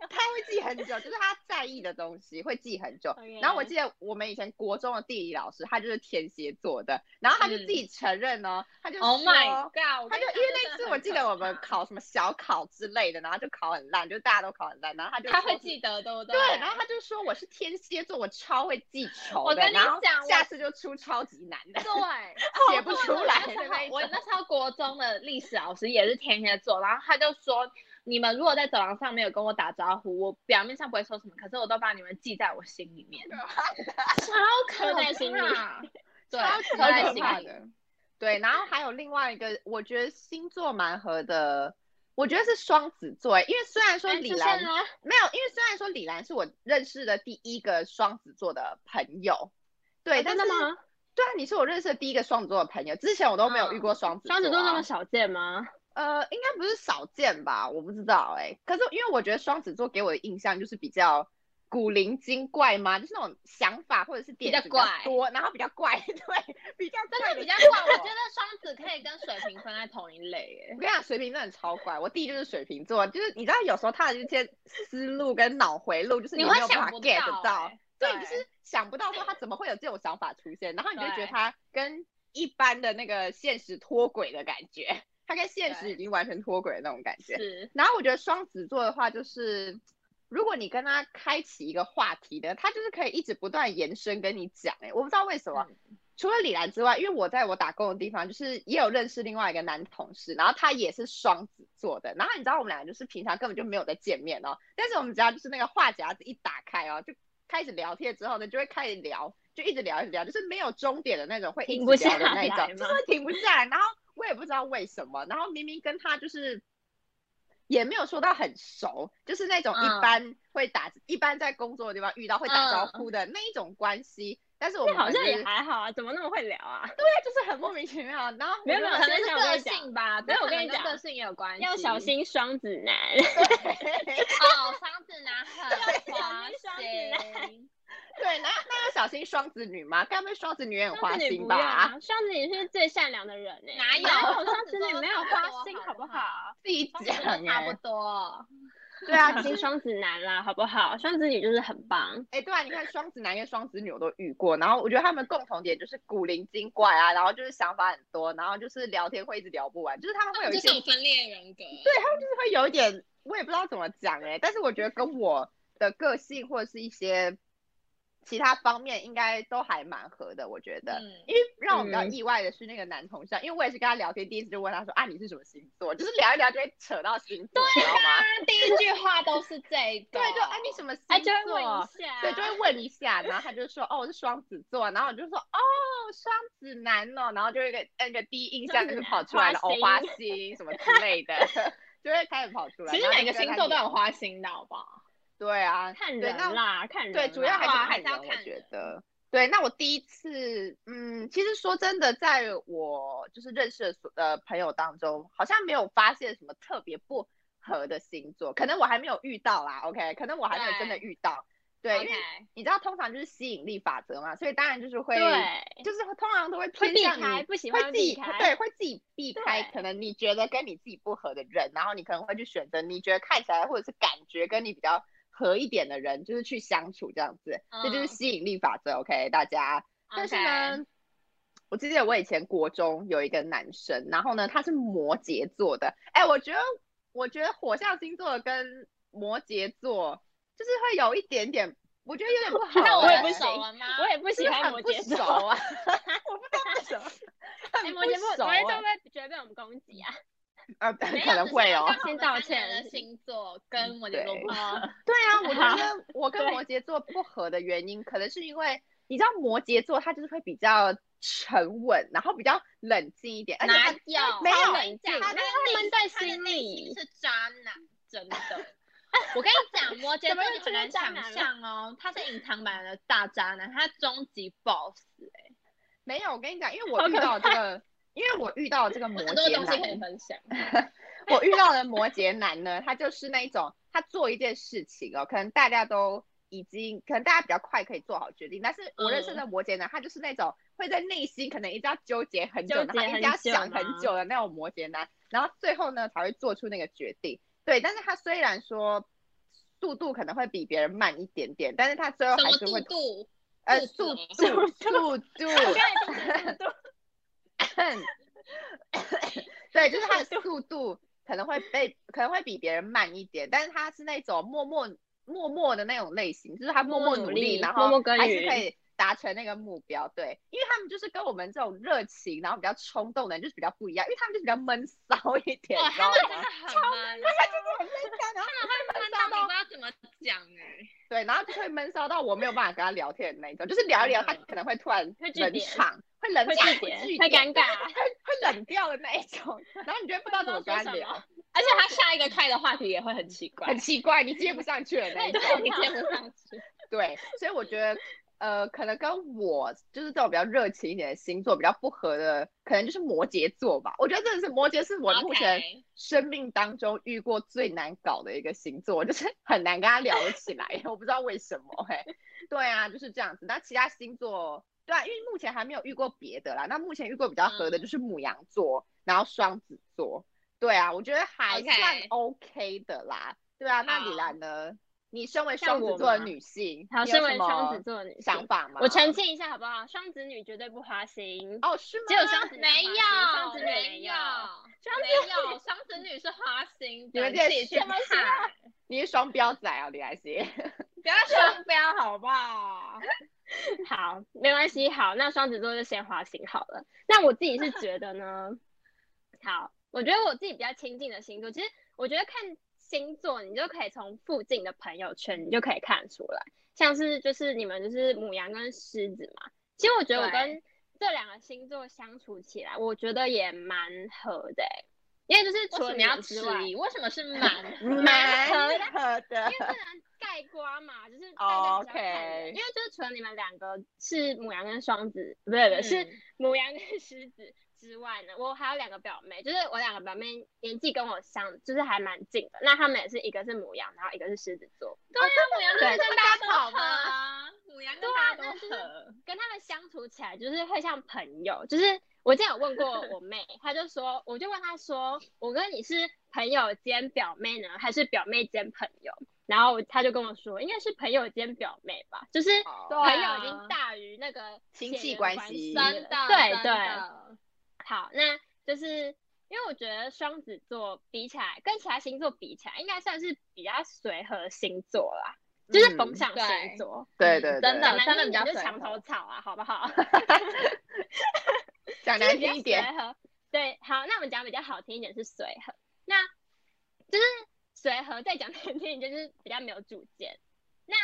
[SPEAKER 2] 他会记很久，就是他在意的东西会记很久。
[SPEAKER 3] OK
[SPEAKER 2] 然后我记得我们以前国中的地理老师，他就是天蝎座的，然后他就自己承认哦，他就
[SPEAKER 1] 嗯
[SPEAKER 2] 说
[SPEAKER 1] Oh my god！我
[SPEAKER 2] 他
[SPEAKER 1] 跟
[SPEAKER 2] 就
[SPEAKER 1] 你讲
[SPEAKER 2] 因
[SPEAKER 1] 这
[SPEAKER 2] 为那
[SPEAKER 1] 真
[SPEAKER 2] 次
[SPEAKER 1] 的
[SPEAKER 2] 我
[SPEAKER 1] 很
[SPEAKER 2] 记
[SPEAKER 1] 可
[SPEAKER 2] 得我们
[SPEAKER 1] 怕，
[SPEAKER 2] 考什么小考之类的，然后就考很烂，就大家都考很烂，然后他就
[SPEAKER 1] 他
[SPEAKER 2] 说
[SPEAKER 1] 会记得，对不对？
[SPEAKER 2] 对，然后他就说我是天蝎座，我超会记仇
[SPEAKER 1] 我
[SPEAKER 2] 的，
[SPEAKER 1] 跟你
[SPEAKER 2] 然后
[SPEAKER 1] 讲我
[SPEAKER 2] 下次就出超级难 的，
[SPEAKER 1] 对，
[SPEAKER 2] 写不出来
[SPEAKER 1] 我
[SPEAKER 2] 的
[SPEAKER 1] 那时
[SPEAKER 2] 那
[SPEAKER 1] 候
[SPEAKER 2] 一
[SPEAKER 1] 我
[SPEAKER 2] 种。
[SPEAKER 1] 那时候国中的历史老师也是天蝎座，然后他就说，你们如果在走廊上没有跟我打招呼，我表面上不会说什么，可是我都把你们记在我心里
[SPEAKER 2] 嗯
[SPEAKER 1] 面，超可
[SPEAKER 3] 刻在心里
[SPEAKER 1] 怕对，
[SPEAKER 2] 超级
[SPEAKER 1] 刻
[SPEAKER 2] 可
[SPEAKER 1] 在
[SPEAKER 2] 怕
[SPEAKER 1] 心里。
[SPEAKER 2] 的。对，然后还有另外一个，我觉得星座蛮合的，我觉得是双子座欸，因为虽然说
[SPEAKER 3] 哎
[SPEAKER 2] 李
[SPEAKER 3] 出
[SPEAKER 2] 兰
[SPEAKER 3] 现
[SPEAKER 1] 哦
[SPEAKER 3] 了，
[SPEAKER 2] 没有，因为虽然说李兰是我认识的第一个双子座的朋友，对，
[SPEAKER 3] 啊
[SPEAKER 2] 但
[SPEAKER 3] 真
[SPEAKER 2] 是
[SPEAKER 3] 的吗？
[SPEAKER 2] 对啊，你是我认识的第一个双子座的朋友，之前我都没有遇
[SPEAKER 1] 嗯
[SPEAKER 2] 过双子座啊、
[SPEAKER 3] 双子座那么少见吗？
[SPEAKER 2] 呃，应该不是少见吧？我不知道哎、可是因为我觉得双子座给我的印象就是比较古灵精怪嘛，就是那种想法或者是点
[SPEAKER 1] 较
[SPEAKER 2] 子
[SPEAKER 1] 怪
[SPEAKER 2] 多，然后比较怪， 对，比较
[SPEAKER 1] 真
[SPEAKER 2] 怪
[SPEAKER 1] 的比较
[SPEAKER 2] 星
[SPEAKER 1] 怪，我
[SPEAKER 2] 座
[SPEAKER 1] 觉得双子可以跟水瓶分在同一类耶
[SPEAKER 2] 我。跟你讲，水瓶真的超怪。我弟就是水瓶座，就是你知道，有时候他的这些思路跟脑回路，就是
[SPEAKER 1] 你
[SPEAKER 2] 没
[SPEAKER 1] 会
[SPEAKER 2] 有办
[SPEAKER 1] 想
[SPEAKER 2] 法
[SPEAKER 1] 不
[SPEAKER 2] get
[SPEAKER 1] 到
[SPEAKER 2] 到哎
[SPEAKER 1] 欸，
[SPEAKER 2] 对，
[SPEAKER 1] 对
[SPEAKER 2] 你就是想不到说他怎么会有这种想法出现，然后你就觉得
[SPEAKER 1] 对
[SPEAKER 2] 他跟一般的那个现实脱轨的感觉，他跟现实已经完全脱轨的那种感觉。
[SPEAKER 1] 是
[SPEAKER 2] 然后我觉得双子座的话，就是如果你跟他开启一个话题呢，他就是可以一直不断延伸跟你讲、欸。哎，我不知道为什么，
[SPEAKER 3] 嗯
[SPEAKER 2] 除了李兰之外，因为我在我打工的地方，就是也有认识另外一个男同事，然后他也是双子座的。然后你知道我们两个就是平常根本就没有在见面哦，但是我们只要就是那个话匣子一打开哦，就开始聊天之后呢，就会开始聊，就一直聊一直聊，就是没有终点的那种，会一
[SPEAKER 3] 停
[SPEAKER 2] 直
[SPEAKER 3] 不下
[SPEAKER 2] 聊的那
[SPEAKER 3] 来
[SPEAKER 2] 种，就
[SPEAKER 3] 吗
[SPEAKER 2] 是会 停不下来。然后我也不知道为什么，然后明明跟他就是也没有说到很熟，就是那种
[SPEAKER 1] 嗯
[SPEAKER 2] 一般会打、一般在工作的地方遇到会打招呼的那一种关系。但是我
[SPEAKER 3] 这
[SPEAKER 2] 们
[SPEAKER 3] 嗯好像
[SPEAKER 2] 反正
[SPEAKER 3] 也还好啊，怎么那么会聊啊？
[SPEAKER 2] 对，就是很莫名其妙。然后
[SPEAKER 3] 没有
[SPEAKER 2] 我就
[SPEAKER 3] 没有
[SPEAKER 2] 想
[SPEAKER 1] 可
[SPEAKER 2] 说
[SPEAKER 1] 能
[SPEAKER 3] 是
[SPEAKER 1] 是个
[SPEAKER 3] 我跟你讲
[SPEAKER 1] 性吧，
[SPEAKER 3] 没有我跟你
[SPEAKER 1] 这可能
[SPEAKER 3] 讲
[SPEAKER 1] 个性也有关系，
[SPEAKER 3] 要小心双子男，
[SPEAKER 1] 哦，双子男很花
[SPEAKER 3] 小心双
[SPEAKER 1] 心，
[SPEAKER 2] 对，那那要小心双子女嘛，该不会双子女也很花
[SPEAKER 3] 双子女
[SPEAKER 2] 心
[SPEAKER 3] 不
[SPEAKER 2] 吧？
[SPEAKER 3] 要啊，双子女是最善良的人呢、
[SPEAKER 1] 哪有
[SPEAKER 3] 双子女没有 花心好不好？
[SPEAKER 2] 自己
[SPEAKER 1] 双子
[SPEAKER 2] 讲
[SPEAKER 1] 男差不
[SPEAKER 2] 哎，
[SPEAKER 1] 多。
[SPEAKER 2] 对啊，
[SPEAKER 3] 小
[SPEAKER 2] 其
[SPEAKER 3] 心
[SPEAKER 2] 实
[SPEAKER 3] 双子男啦，好不好？双子女就是很 棒，
[SPEAKER 2] 哎、对啊，你看双子男跟双子女我都遇过，然后我觉得他们共同点就是古灵精怪啊，然后就是想法很多，然后就是聊天会一直聊不完，就是他们会有一些
[SPEAKER 1] 分裂人格，
[SPEAKER 2] 对他们就是会有一点，我也不知道怎么讲哎、但是我觉得跟我的个性或者是一些其他方面应该都还蛮合的，我觉得。
[SPEAKER 1] 嗯，
[SPEAKER 2] 因为让我比较
[SPEAKER 3] 嗯
[SPEAKER 2] 意外的是那个男同事啊，因为我也是跟他聊天，第一次就问他说啊你是什么星座，就是聊一聊就会扯到星座，你知道吗？
[SPEAKER 1] 他第一句话都是这个，
[SPEAKER 2] 对，就啊你什么星
[SPEAKER 3] 哎，就会
[SPEAKER 2] 座？
[SPEAKER 3] 问一下，
[SPEAKER 2] 对，就会问一下，然后他就说哦我是双子座，然后我就说哦双子男哦，然后就有一个那个第一印象就是跑出来了，哦花
[SPEAKER 3] 花
[SPEAKER 2] 心什么之类的， 就会开始跑出来。
[SPEAKER 1] 其实
[SPEAKER 2] 然后
[SPEAKER 1] 每
[SPEAKER 2] 就
[SPEAKER 1] 个
[SPEAKER 2] 跟
[SPEAKER 1] 星
[SPEAKER 2] 他
[SPEAKER 1] 座都
[SPEAKER 2] 聊
[SPEAKER 1] 有花心的，好不好？
[SPEAKER 2] 对啊，
[SPEAKER 3] 看
[SPEAKER 2] 对
[SPEAKER 3] 人
[SPEAKER 2] 那
[SPEAKER 3] 啦，看人啦，
[SPEAKER 2] 对，主要还
[SPEAKER 1] 啊
[SPEAKER 2] 是看
[SPEAKER 1] 还是要
[SPEAKER 2] 人，我
[SPEAKER 1] 看
[SPEAKER 2] 觉
[SPEAKER 1] 人
[SPEAKER 2] 得。对，那我第一次，嗯，其实说真的，在我就是认识的所呃朋友当中，好像没有发现什么特别不合的星座，可能我还没有遇到啦。OK，可能我还没有真的遇到。
[SPEAKER 1] 哦
[SPEAKER 2] 对，因为
[SPEAKER 1] OK
[SPEAKER 2] 你知道，通常就是吸引力法则嘛，所以当然就是会，
[SPEAKER 3] 对，
[SPEAKER 2] 就是会通常都会
[SPEAKER 3] 会
[SPEAKER 2] 偏
[SPEAKER 3] 避
[SPEAKER 2] 向你
[SPEAKER 3] 开，不喜
[SPEAKER 2] 会
[SPEAKER 3] 欢
[SPEAKER 2] 自己
[SPEAKER 3] 避开，
[SPEAKER 2] 对，会自己避开
[SPEAKER 3] 对
[SPEAKER 2] 可能你觉得跟你自己不合的人，然后你可能会去选择你觉得看起来或者是感觉跟你比较合一点的人，就是去相处这样子，这就是
[SPEAKER 1] 嗯
[SPEAKER 2] 吸引力法则。OK，大家。但是
[SPEAKER 1] OK
[SPEAKER 2] 呢，我记得我以前国中有一个男生，然后呢他是摩羯座的，哎，我觉得我觉得火象星座跟摩羯座就是会有一点点，我觉得有点不好哎、
[SPEAKER 1] 那我
[SPEAKER 3] 也
[SPEAKER 1] 们
[SPEAKER 3] 不
[SPEAKER 1] 熟了吗？
[SPEAKER 3] 我也不
[SPEAKER 2] 就
[SPEAKER 3] 喜
[SPEAKER 2] 是
[SPEAKER 3] 欢
[SPEAKER 2] 很
[SPEAKER 3] 摩
[SPEAKER 2] 不
[SPEAKER 3] 羯座，
[SPEAKER 2] 熟 啊，我不知道为什么。
[SPEAKER 3] 哎，摩羯
[SPEAKER 2] 不熟
[SPEAKER 3] 座，摩羯座
[SPEAKER 2] 哎
[SPEAKER 3] 会不会觉得被我们攻击啊？
[SPEAKER 2] 呃，
[SPEAKER 1] 没有
[SPEAKER 2] 可能
[SPEAKER 1] 只是
[SPEAKER 2] 会
[SPEAKER 1] 刚
[SPEAKER 2] 哦
[SPEAKER 1] 好。
[SPEAKER 3] 先
[SPEAKER 1] 我们
[SPEAKER 3] 道
[SPEAKER 1] 三个人
[SPEAKER 3] 歉
[SPEAKER 1] 的星座跟摩羯座 不合，
[SPEAKER 3] 哦，
[SPEAKER 2] 对啊，我觉
[SPEAKER 3] 好
[SPEAKER 2] 得我跟
[SPEAKER 3] 对
[SPEAKER 2] 摩羯座不合的原因，可能是因为你知道摩羯座他就是会比较沉稳，然后比较冷静一点，而且
[SPEAKER 1] 哪
[SPEAKER 2] 他
[SPEAKER 1] 有？
[SPEAKER 2] 没有
[SPEAKER 1] 我跟你讲他
[SPEAKER 3] 他们
[SPEAKER 1] 的
[SPEAKER 3] 闷
[SPEAKER 1] 内
[SPEAKER 3] 在
[SPEAKER 1] 他的
[SPEAKER 3] 心
[SPEAKER 1] 内
[SPEAKER 3] 里
[SPEAKER 1] 心是渣男，真的。我跟你讲，摩羯
[SPEAKER 3] 怎么
[SPEAKER 1] 座
[SPEAKER 3] 又
[SPEAKER 1] 你
[SPEAKER 3] 出
[SPEAKER 1] 很
[SPEAKER 3] 现
[SPEAKER 1] 难
[SPEAKER 3] 渣
[SPEAKER 1] 想
[SPEAKER 3] 男了
[SPEAKER 1] 象哦，他是隐藏版的大渣男，他终极 boss，
[SPEAKER 2] 没有。我跟你讲，因为
[SPEAKER 3] 好
[SPEAKER 2] 我遇
[SPEAKER 3] 可
[SPEAKER 2] 到这个，因为我遇到这个摩
[SPEAKER 1] 很多
[SPEAKER 2] 羯
[SPEAKER 1] 东西可以
[SPEAKER 2] 男，
[SPEAKER 1] 分享。
[SPEAKER 2] 我遇到的摩羯男呢，他就是那一种，他做一件事情哦，可能大家都已经，可能大家比较快可以做好决定，但是我认
[SPEAKER 3] 嗯
[SPEAKER 2] 识的摩羯男，他就是那种会在内心可能一直要纠结很久，
[SPEAKER 3] 纠
[SPEAKER 2] 然后
[SPEAKER 3] 结
[SPEAKER 2] 一定
[SPEAKER 3] 很
[SPEAKER 2] 要
[SPEAKER 3] 久
[SPEAKER 2] 想
[SPEAKER 3] 吗
[SPEAKER 2] 很久的那种摩羯男，然后最后呢才会做出那个决定。对，但是他虽然说速度可能会比别人慢一点点，但是他最后
[SPEAKER 1] 什
[SPEAKER 2] 还
[SPEAKER 1] 么
[SPEAKER 2] 是
[SPEAKER 1] 肚
[SPEAKER 2] 会
[SPEAKER 1] 肚？
[SPEAKER 2] 呃
[SPEAKER 1] 肚
[SPEAKER 2] 速
[SPEAKER 1] 子
[SPEAKER 2] 度
[SPEAKER 1] 吗
[SPEAKER 2] 速度
[SPEAKER 3] 我刚才听度，
[SPEAKER 2] 对，就是他的速度可能会被可能会比别人慢一点，但是他是那种默默默默的那种类型，就是他默
[SPEAKER 3] 默
[SPEAKER 2] 默
[SPEAKER 3] 努
[SPEAKER 2] 努
[SPEAKER 3] 力
[SPEAKER 2] 然
[SPEAKER 3] 默
[SPEAKER 2] 后
[SPEAKER 3] 默耕
[SPEAKER 2] 还是
[SPEAKER 3] 耘
[SPEAKER 2] 可以达成那个目标。对，因为他们就是跟我们这种热情，然后比较冲动的人就是比较不一样，因为他们就是比较闷骚一点，
[SPEAKER 1] 哇，
[SPEAKER 2] 你知道
[SPEAKER 1] 他们真的哦
[SPEAKER 2] 吗？
[SPEAKER 1] 很闷，
[SPEAKER 2] 很闷骚，然后
[SPEAKER 1] 闷到你不知道怎么讲哎。
[SPEAKER 2] 对，然后就会闷骚到我没有办法跟他聊天的那一种，就是聊一聊，他可能会突然
[SPEAKER 3] 嗯会据
[SPEAKER 2] 冷
[SPEAKER 3] 点
[SPEAKER 2] 场，会冷
[SPEAKER 3] 会
[SPEAKER 2] 场，
[SPEAKER 3] 拒绝会尴尬
[SPEAKER 2] 会会冷掉的那一种，然后你就会不知道怎么跟他
[SPEAKER 3] 不知道说什
[SPEAKER 2] 聊
[SPEAKER 3] 么。
[SPEAKER 1] 而且他下一个开的话题也会很奇怪
[SPEAKER 2] 很，奇怪，你接不上去的那一种。
[SPEAKER 1] 对，你接不上去。
[SPEAKER 2] 对，所以我觉得，呃，可能跟我就是这种比较热情一点的星座比较不合的，可能就是摩羯座吧。我觉得真的是摩羯是我目前
[SPEAKER 1] OK
[SPEAKER 2] 生命当中遇过最难搞的一个星座，就是很难跟他聊得起来，我不知道为什么、欸。对啊，就是这样子。那其他星座，对啊，因为目前还没有遇过别的啦。那目前遇过比较合的
[SPEAKER 1] 嗯
[SPEAKER 2] 就是母羊座，然后双子座。对啊，我觉得还
[SPEAKER 1] OK
[SPEAKER 2] 算 OK 的啦。对啊，那
[SPEAKER 1] 好
[SPEAKER 2] 李兰呢？你身为
[SPEAKER 3] 像
[SPEAKER 2] 双子
[SPEAKER 3] 我
[SPEAKER 2] 座的
[SPEAKER 3] 吗
[SPEAKER 2] 女性，
[SPEAKER 3] 好，
[SPEAKER 2] 你有
[SPEAKER 3] 身为
[SPEAKER 2] 什
[SPEAKER 3] 双
[SPEAKER 2] 么
[SPEAKER 3] 子座的女
[SPEAKER 2] 想
[SPEAKER 3] 性，
[SPEAKER 2] 法吗？
[SPEAKER 3] 我澄清一下好不好？双子女绝对不花心，
[SPEAKER 2] 哦，是吗？
[SPEAKER 3] 只有双子女花
[SPEAKER 1] 没
[SPEAKER 3] 心
[SPEAKER 1] 有，
[SPEAKER 3] 双子女
[SPEAKER 1] 没
[SPEAKER 3] 没
[SPEAKER 1] 有，
[SPEAKER 3] 双子
[SPEAKER 1] 没有，双子女是花心的，
[SPEAKER 2] 你们这
[SPEAKER 1] 自己去
[SPEAKER 2] 什么星啊
[SPEAKER 1] 看，
[SPEAKER 2] 你是双标仔啊，李莱西。
[SPEAKER 1] 不要双标好不好？
[SPEAKER 3] 好，没关系，好，那双子座就先花心好了。那我自己是觉得呢，好，我觉得我自己比较亲近的星座，其实我觉得看星座，你就可以从附近的朋友圈，你就可以看出来，像是就是你们就是母羊跟狮子嘛。其实我觉得我跟这两个星座相处起来，我觉得也蛮合的、欸，因为就是
[SPEAKER 1] 为
[SPEAKER 3] 除了
[SPEAKER 1] 什么要
[SPEAKER 3] 你
[SPEAKER 1] 迟
[SPEAKER 3] 之外，
[SPEAKER 1] 疑？为什么是蛮
[SPEAKER 2] 蛮
[SPEAKER 3] 合的
[SPEAKER 2] 合的
[SPEAKER 3] 因为不能盖瓜嘛，就是大家比较看人
[SPEAKER 2] 哦 OK
[SPEAKER 3] 因为就是除了你们两个是母羊跟双子，不对不对，
[SPEAKER 2] 嗯
[SPEAKER 3] 是
[SPEAKER 1] 嗯
[SPEAKER 3] 母羊跟狮子之外呢，我还有两个表妹，就是我两个表妹年纪跟我相，就是还蛮近的。那她们也是一个是母羊，然后一个是狮子座，
[SPEAKER 1] 对啊，母羊就是
[SPEAKER 2] 对
[SPEAKER 1] 跟大家都合
[SPEAKER 2] 好吗
[SPEAKER 1] 啊，母羊跟
[SPEAKER 3] 对
[SPEAKER 1] 大
[SPEAKER 3] 啊
[SPEAKER 1] 家都合。
[SPEAKER 3] 跟她们相处起来就是会像朋友。就是我之前有问过我妹，她就说，我就问她说，我跟你是朋友兼表妹呢，还是表妹兼朋友？然后她就跟我说，应该是朋友兼表妹吧，就是。
[SPEAKER 1] 对
[SPEAKER 2] 哦
[SPEAKER 1] 啊
[SPEAKER 3] 朋友已经大于那个
[SPEAKER 2] 亲
[SPEAKER 3] 血
[SPEAKER 2] 戚
[SPEAKER 3] 缘
[SPEAKER 2] 关
[SPEAKER 3] 关
[SPEAKER 2] 系
[SPEAKER 3] 了
[SPEAKER 1] 真的，
[SPEAKER 3] 对
[SPEAKER 1] 真
[SPEAKER 3] 对。
[SPEAKER 1] 的
[SPEAKER 3] 好，那就是因为我觉得双子座比起来，跟其他星座比起来，应该算是比较随和星座啦，就是
[SPEAKER 2] 嗯
[SPEAKER 3] 风向
[SPEAKER 1] 对
[SPEAKER 3] 星座。
[SPEAKER 2] 对对对
[SPEAKER 1] 真的
[SPEAKER 3] 讲
[SPEAKER 1] 真的比
[SPEAKER 3] 难听一
[SPEAKER 1] 较
[SPEAKER 3] 点就
[SPEAKER 1] 随
[SPEAKER 3] 墙头
[SPEAKER 1] 和。
[SPEAKER 3] 草啊，好不好？
[SPEAKER 2] 讲
[SPEAKER 3] 就是
[SPEAKER 2] 难
[SPEAKER 3] 比较
[SPEAKER 2] 听一点，
[SPEAKER 3] 随和。对，好，那我们讲比较好听一点是随和，那就是随和，再讲难听一点就是比较没有主见。那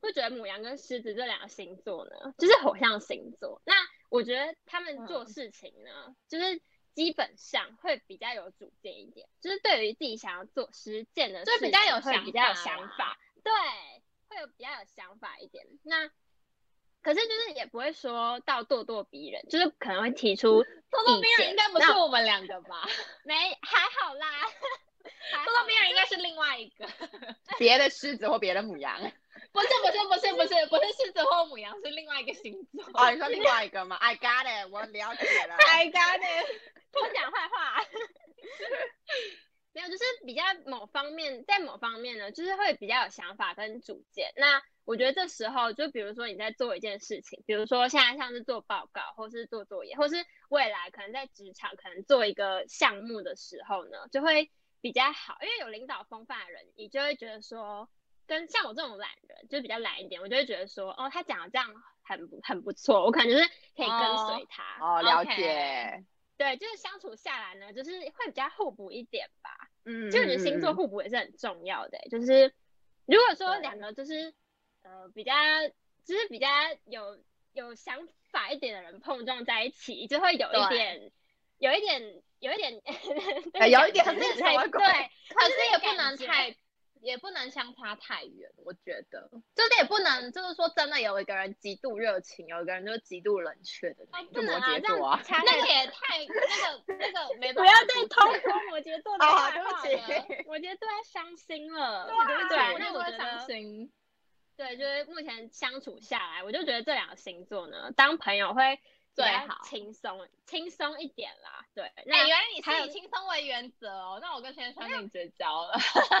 [SPEAKER 3] 不觉得母羊跟狮子这两个星座呢，就是火象星座？那我觉得他们做事情呢，
[SPEAKER 2] 嗯
[SPEAKER 3] 就是基本上会比较有主见一点，就是对于自己想要做实践的
[SPEAKER 1] 就
[SPEAKER 3] 事情，
[SPEAKER 1] 比较有
[SPEAKER 3] 会
[SPEAKER 1] 想
[SPEAKER 3] 比较有
[SPEAKER 1] 法
[SPEAKER 3] 想
[SPEAKER 1] 啦
[SPEAKER 3] 法，对，会有比较有想法一点。那可是就是也不会说到咄咄逼人，就是可能会提出
[SPEAKER 1] 嗯咄咄逼
[SPEAKER 3] 意
[SPEAKER 1] 人
[SPEAKER 3] 见
[SPEAKER 1] 应该不是
[SPEAKER 3] 那
[SPEAKER 1] 我们两个 吧？
[SPEAKER 3] 没还好 啦，还
[SPEAKER 1] 咄
[SPEAKER 3] 好
[SPEAKER 1] 咄逼人应该是另外一个，
[SPEAKER 2] 别的狮子或别的母羊。
[SPEAKER 1] 不是不是不是不是不是狮子或母羊，是另外一个星座。
[SPEAKER 2] 哦，你说另外一个吗？I got it，我了解 了。
[SPEAKER 1] got it。
[SPEAKER 3] 不讲坏话。 没有，就是比较某方面，在某方面呢，就是会比较有想法跟主见。那我觉得这时候，就比如说你在做一件事情，比如说现在像是做报告，或是做作业，或是未来可能在职场可能做一个项目的时候呢，就会比较好，因为有领导风范的人，你就会觉得说，跟像我这种懒人，就比较懒一点，我就会觉得说，哦，他讲的这样很不很不错，我可能就是可以跟随他。
[SPEAKER 2] 哦，了
[SPEAKER 1] OK
[SPEAKER 2] 解。
[SPEAKER 3] 对，就是相处下来呢，就是会比较互补一点吧。
[SPEAKER 2] 嗯，
[SPEAKER 3] 就我觉得星座
[SPEAKER 2] 嗯
[SPEAKER 3] 互补也是很重要的欸、就是如果说
[SPEAKER 2] 对
[SPEAKER 3] 两个就是呃比较，就是比较有有想法一点的人碰撞在一起，就会有
[SPEAKER 1] 对
[SPEAKER 3] 一点，有一点，有一点， 这
[SPEAKER 2] 哎
[SPEAKER 3] 个
[SPEAKER 2] 有
[SPEAKER 3] 感
[SPEAKER 2] 一点
[SPEAKER 3] 觉
[SPEAKER 2] 是
[SPEAKER 3] 不
[SPEAKER 2] 什
[SPEAKER 3] 太
[SPEAKER 2] 么鬼
[SPEAKER 3] 对，
[SPEAKER 1] 可是也不
[SPEAKER 3] 感
[SPEAKER 1] 能
[SPEAKER 3] 觉
[SPEAKER 1] 太，也不能相差太远，我觉得，就是也不能，就是说真的有一个人极度热情，有一个人就是极度冷却的那
[SPEAKER 3] 哎
[SPEAKER 1] 种，
[SPEAKER 3] 不
[SPEAKER 2] 就摩
[SPEAKER 3] 能啊，
[SPEAKER 2] 羯
[SPEAKER 3] 这
[SPEAKER 2] 座
[SPEAKER 3] 样
[SPEAKER 2] 啊
[SPEAKER 3] 差 太
[SPEAKER 1] 哦那个也太那个那个没
[SPEAKER 3] 不
[SPEAKER 1] 办
[SPEAKER 3] 要
[SPEAKER 1] 法阻止，
[SPEAKER 3] 再偷说摩羯座的
[SPEAKER 2] 哦
[SPEAKER 3] 坏
[SPEAKER 2] 对不
[SPEAKER 3] 话
[SPEAKER 2] 起 啊
[SPEAKER 3] 了，摩羯座要伤心了。
[SPEAKER 1] 对不起
[SPEAKER 3] 对
[SPEAKER 1] 我
[SPEAKER 3] 那
[SPEAKER 1] 就
[SPEAKER 3] 我
[SPEAKER 1] 会
[SPEAKER 3] 觉
[SPEAKER 1] 伤
[SPEAKER 3] 得
[SPEAKER 1] 心。
[SPEAKER 3] 对，就是目前相处下来，我就觉得这两个星座呢，当朋友会比
[SPEAKER 1] 最
[SPEAKER 3] 较
[SPEAKER 1] 好
[SPEAKER 3] 轻松轻松一点啦。对，那
[SPEAKER 1] 哎、原来你
[SPEAKER 3] 还
[SPEAKER 1] 是
[SPEAKER 3] 有
[SPEAKER 1] 以轻松为原则哦，那我跟先生你绝交了。
[SPEAKER 3] 那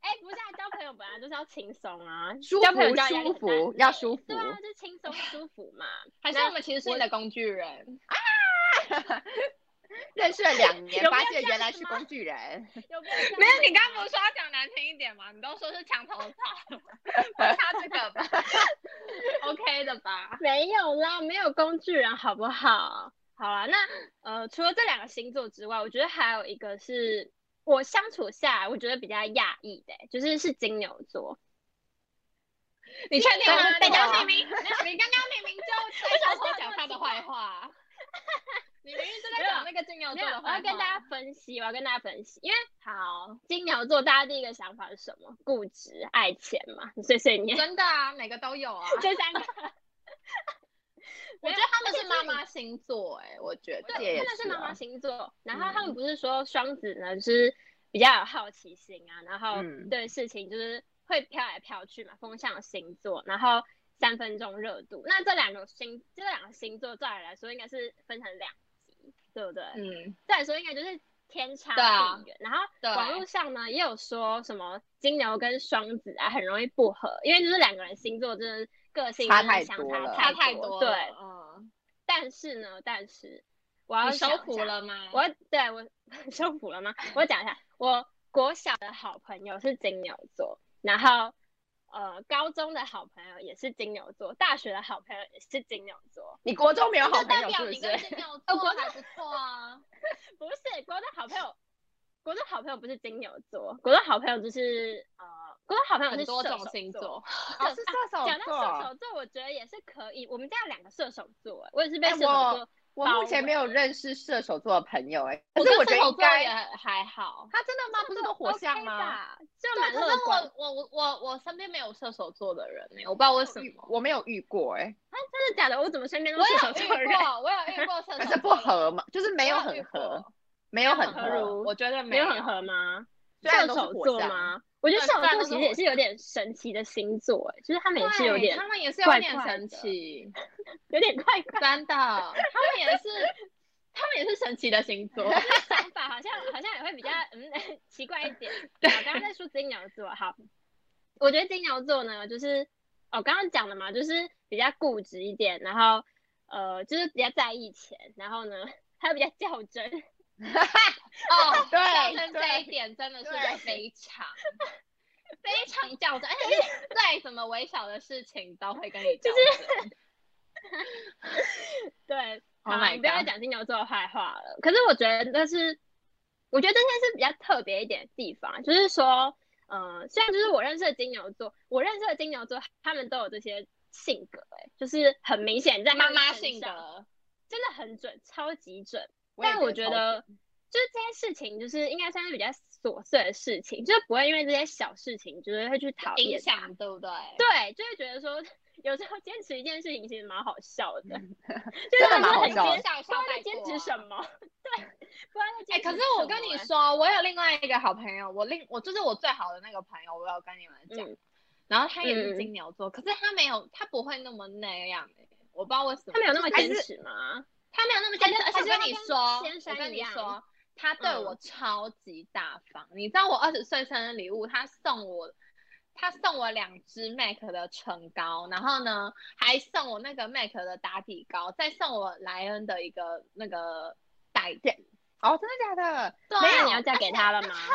[SPEAKER 3] 哎、不是、啊、交朋友本来就是要轻松啊，
[SPEAKER 2] 舒
[SPEAKER 3] 交朋友
[SPEAKER 2] 服
[SPEAKER 3] 交友压
[SPEAKER 2] 舒
[SPEAKER 3] 力很
[SPEAKER 2] 服
[SPEAKER 3] 大
[SPEAKER 2] 要舒服
[SPEAKER 3] 对，啊，就轻松舒服 嘛。
[SPEAKER 1] 还是
[SPEAKER 3] 那
[SPEAKER 1] 我们其实是你的工具人？
[SPEAKER 2] 认识了两年，
[SPEAKER 3] 有没有
[SPEAKER 2] 发现
[SPEAKER 3] 这
[SPEAKER 2] 原
[SPEAKER 3] 样
[SPEAKER 2] 来
[SPEAKER 3] 子
[SPEAKER 2] 是
[SPEAKER 3] 吗
[SPEAKER 2] 工具人。
[SPEAKER 3] 有没有这样
[SPEAKER 1] 没有，你
[SPEAKER 3] 子
[SPEAKER 1] 刚刚
[SPEAKER 3] 吗
[SPEAKER 1] 不是说要讲难听一点吗？你都说是墙头 草，不差这个吧 ？OK 的吧？
[SPEAKER 3] 没有啦，没有工具人，好不好？好啦，那呃，除了这两个星座之外，我觉得还有一个是我相处下来，我觉得比较讶异的欸、就是是金牛座。
[SPEAKER 1] 你确定
[SPEAKER 3] 对
[SPEAKER 1] 吗
[SPEAKER 3] 啊？
[SPEAKER 1] 你
[SPEAKER 3] 对
[SPEAKER 1] 刚
[SPEAKER 3] 啊
[SPEAKER 1] 刚明明，你刚刚明明就在偷偷讲他的坏话，你明明就在讲那个金牛
[SPEAKER 3] 没
[SPEAKER 1] 座
[SPEAKER 3] 有，
[SPEAKER 1] 的
[SPEAKER 3] 我
[SPEAKER 1] 坏话。
[SPEAKER 3] 要跟大家分析，我要跟大家分析，因为好金牛座，大家第一个想法是什么？固执、爱钱嘛，碎碎 念
[SPEAKER 1] 真的啊，每个都有啊。
[SPEAKER 3] 这 三个。
[SPEAKER 1] 我
[SPEAKER 3] 没
[SPEAKER 1] 觉
[SPEAKER 3] 有
[SPEAKER 1] 得他们
[SPEAKER 3] 而且
[SPEAKER 1] 是妈妈星座，哎，我觉得
[SPEAKER 2] 对
[SPEAKER 3] 他
[SPEAKER 2] 也
[SPEAKER 3] 们是
[SPEAKER 2] 是
[SPEAKER 3] 妈
[SPEAKER 2] 啊
[SPEAKER 3] 妈星座，然后他们不是说双子呢，就是比较有好奇心啊，然后
[SPEAKER 2] 嗯
[SPEAKER 3] 对事情就是会飘来飘去嘛，风象星座，然后三分钟热度。那这两个星，这两个星座照理来说应该是分成两级，对不对？
[SPEAKER 1] 嗯，
[SPEAKER 3] 再来说应该就是天差
[SPEAKER 1] 对啊
[SPEAKER 3] 地远。然后
[SPEAKER 1] 对
[SPEAKER 3] 网络上呢也有说什么金牛跟双子啊很容易不合，因为就是两个人星座真的个性
[SPEAKER 2] 差
[SPEAKER 3] 真的
[SPEAKER 2] 太
[SPEAKER 3] 相
[SPEAKER 2] 多
[SPEAKER 3] 差
[SPEAKER 2] 了
[SPEAKER 1] 差太
[SPEAKER 3] 多
[SPEAKER 1] 多
[SPEAKER 3] 对
[SPEAKER 1] 了，，嗯，
[SPEAKER 3] 但是呢，但是我要
[SPEAKER 1] 你收
[SPEAKER 3] 想一
[SPEAKER 1] 服
[SPEAKER 3] 下
[SPEAKER 1] 了吗？
[SPEAKER 3] 我对我 受苦了吗？我讲一下，我国小的好朋友是金牛座，然后呃，高中的好朋友也是金牛座，大学的好朋友也是金牛座，
[SPEAKER 2] 你国中没有
[SPEAKER 1] 就
[SPEAKER 2] 好朋
[SPEAKER 1] 代
[SPEAKER 2] 友
[SPEAKER 1] 表
[SPEAKER 2] 是不
[SPEAKER 1] 你跟
[SPEAKER 2] 是？
[SPEAKER 1] 金牛
[SPEAKER 3] 哦国
[SPEAKER 1] 座还不错啊，
[SPEAKER 3] 不是国中好朋友，国中好朋友不是金牛座，国中好朋友就是呃，国中好朋友
[SPEAKER 1] 很
[SPEAKER 3] 是
[SPEAKER 1] 多
[SPEAKER 3] 射
[SPEAKER 1] 种
[SPEAKER 3] 手
[SPEAKER 1] 星
[SPEAKER 3] 座。
[SPEAKER 1] 座，
[SPEAKER 2] 哦，是射手
[SPEAKER 3] 讲到射
[SPEAKER 2] 座。
[SPEAKER 3] 手座，我觉得也是可以。我们家有两个射手座，哎我也是被
[SPEAKER 2] 哎
[SPEAKER 3] 射手
[SPEAKER 2] 我
[SPEAKER 3] 座。
[SPEAKER 2] 我目前没有认识射手座的朋友哎、可是
[SPEAKER 1] 跟
[SPEAKER 2] 我觉
[SPEAKER 1] 射
[SPEAKER 2] 得
[SPEAKER 1] 手
[SPEAKER 2] 应
[SPEAKER 1] 座
[SPEAKER 2] 该
[SPEAKER 1] 也还好。
[SPEAKER 2] 他真的吗？不是都火象吗？
[SPEAKER 3] o 就
[SPEAKER 1] 对，
[SPEAKER 3] 蛮
[SPEAKER 1] 可
[SPEAKER 3] 乐
[SPEAKER 1] 是
[SPEAKER 3] 观
[SPEAKER 1] 我我我我我身边没有射手座的人呢、我不知道为什
[SPEAKER 2] 遇
[SPEAKER 1] 么。
[SPEAKER 2] 我没有遇过哎、
[SPEAKER 3] 真的假的？我怎么身边
[SPEAKER 1] 我
[SPEAKER 3] 都是射手
[SPEAKER 1] 有遇
[SPEAKER 3] 座的人？
[SPEAKER 1] 过，我有遇过射手
[SPEAKER 2] 可
[SPEAKER 1] 座，
[SPEAKER 2] 是不合嘛，就是没有很合，，没有很
[SPEAKER 1] 很
[SPEAKER 3] 合
[SPEAKER 2] 合。
[SPEAKER 3] 如
[SPEAKER 1] 我觉得
[SPEAKER 3] 没有很合吗？
[SPEAKER 2] 虽然
[SPEAKER 3] 射
[SPEAKER 2] 都是
[SPEAKER 3] 手
[SPEAKER 2] 火
[SPEAKER 3] 座
[SPEAKER 2] 象
[SPEAKER 3] 吗？我觉得
[SPEAKER 1] 对
[SPEAKER 3] 射手
[SPEAKER 1] 虽然
[SPEAKER 3] 座
[SPEAKER 1] 都
[SPEAKER 3] 其
[SPEAKER 1] 是
[SPEAKER 3] 实
[SPEAKER 1] 火
[SPEAKER 3] 也是有点神奇的星座，哎，就是他们也是有
[SPEAKER 1] 对
[SPEAKER 3] 点
[SPEAKER 1] 他们也是有
[SPEAKER 3] 怪
[SPEAKER 1] 点
[SPEAKER 3] 怪
[SPEAKER 1] 神
[SPEAKER 3] 的
[SPEAKER 1] 奇，
[SPEAKER 3] 有点怪怪，
[SPEAKER 1] 真的，他们也是，他们也是神奇的星座。
[SPEAKER 3] 就是想法好像好像也会比较嗯 奇怪一点。我刚刚在说金牛座，好，我觉得金牛座呢，就是哦刚刚讲的嘛，就是比较固执一点，然后呃就是比较在意钱，然后呢还有比较较真，
[SPEAKER 1] 哦，
[SPEAKER 2] 对
[SPEAKER 1] 较真这
[SPEAKER 2] 对
[SPEAKER 1] 一点真的是
[SPEAKER 2] 对
[SPEAKER 1] 非常非常较真，而且是再怎么微小的事情都会跟你较真。
[SPEAKER 3] 对，
[SPEAKER 1] Oh
[SPEAKER 3] 好
[SPEAKER 1] my
[SPEAKER 3] 你不要再
[SPEAKER 1] God
[SPEAKER 3] 讲金牛座的坏话了。可是我觉得那是，我觉得这件事比较特别一点的地方，啊就是说，呃，虽然就是我认识的金牛座，我认识的金牛座，他们都有这些性格、欸，就是很明显在他
[SPEAKER 1] 妈
[SPEAKER 3] 们
[SPEAKER 1] 妈
[SPEAKER 3] 身
[SPEAKER 1] 性
[SPEAKER 3] 上
[SPEAKER 1] 格，
[SPEAKER 3] 真的很准，超级准。
[SPEAKER 2] 也
[SPEAKER 3] 但我觉
[SPEAKER 2] 超
[SPEAKER 3] 得，就是这些事情，就是应该算是比较琐碎的事情，就是不会因为这些小事情，就是会去讨
[SPEAKER 1] 影
[SPEAKER 3] 厌。
[SPEAKER 1] 响对不对？
[SPEAKER 3] 对，就会觉得说， 有时候坚持一件事情其实蛮好笑 的，就
[SPEAKER 2] 真
[SPEAKER 3] 是
[SPEAKER 2] 的
[SPEAKER 3] 他们
[SPEAKER 2] 蛮好
[SPEAKER 3] 很
[SPEAKER 2] 笑的
[SPEAKER 3] 坚
[SPEAKER 1] 小小
[SPEAKER 3] 不知道
[SPEAKER 1] 带
[SPEAKER 3] 在坚
[SPEAKER 1] 过
[SPEAKER 3] 持
[SPEAKER 1] 啊
[SPEAKER 3] 什么， 对，不知道在
[SPEAKER 1] 哎、
[SPEAKER 3] 坚持
[SPEAKER 1] 可
[SPEAKER 3] 什么欸。
[SPEAKER 1] 是我跟你说，我有另外一个好朋友，我另我就是我最好的那个朋友，我有跟你们讲，
[SPEAKER 3] 嗯
[SPEAKER 1] 然后他也
[SPEAKER 3] 嗯嗯
[SPEAKER 1] 是金牛座，可是他没有，他不会那么那样、欸，我不知道为什么，
[SPEAKER 3] 他没有那么
[SPEAKER 1] 还
[SPEAKER 3] 坚
[SPEAKER 1] 是
[SPEAKER 3] 持吗？
[SPEAKER 1] 他没有那么
[SPEAKER 3] 他
[SPEAKER 1] 坚持，
[SPEAKER 3] 跟
[SPEAKER 1] 而且我
[SPEAKER 3] 他
[SPEAKER 1] 跟你
[SPEAKER 3] 跟
[SPEAKER 1] 说，
[SPEAKER 3] 先生
[SPEAKER 1] 我跟
[SPEAKER 3] 一
[SPEAKER 1] 你
[SPEAKER 3] 样嗯
[SPEAKER 1] 说，他对我超级大方。你知道我二十岁生日礼物，他送我，他送我两支 MAC 的唇膏，然后呢还送我那个 MAC 的打底膏，再送我莱恩的一个那个袋子。
[SPEAKER 2] 哦，真的假的？
[SPEAKER 1] 对啊
[SPEAKER 3] 那你要嫁给他了吗
[SPEAKER 1] 而且那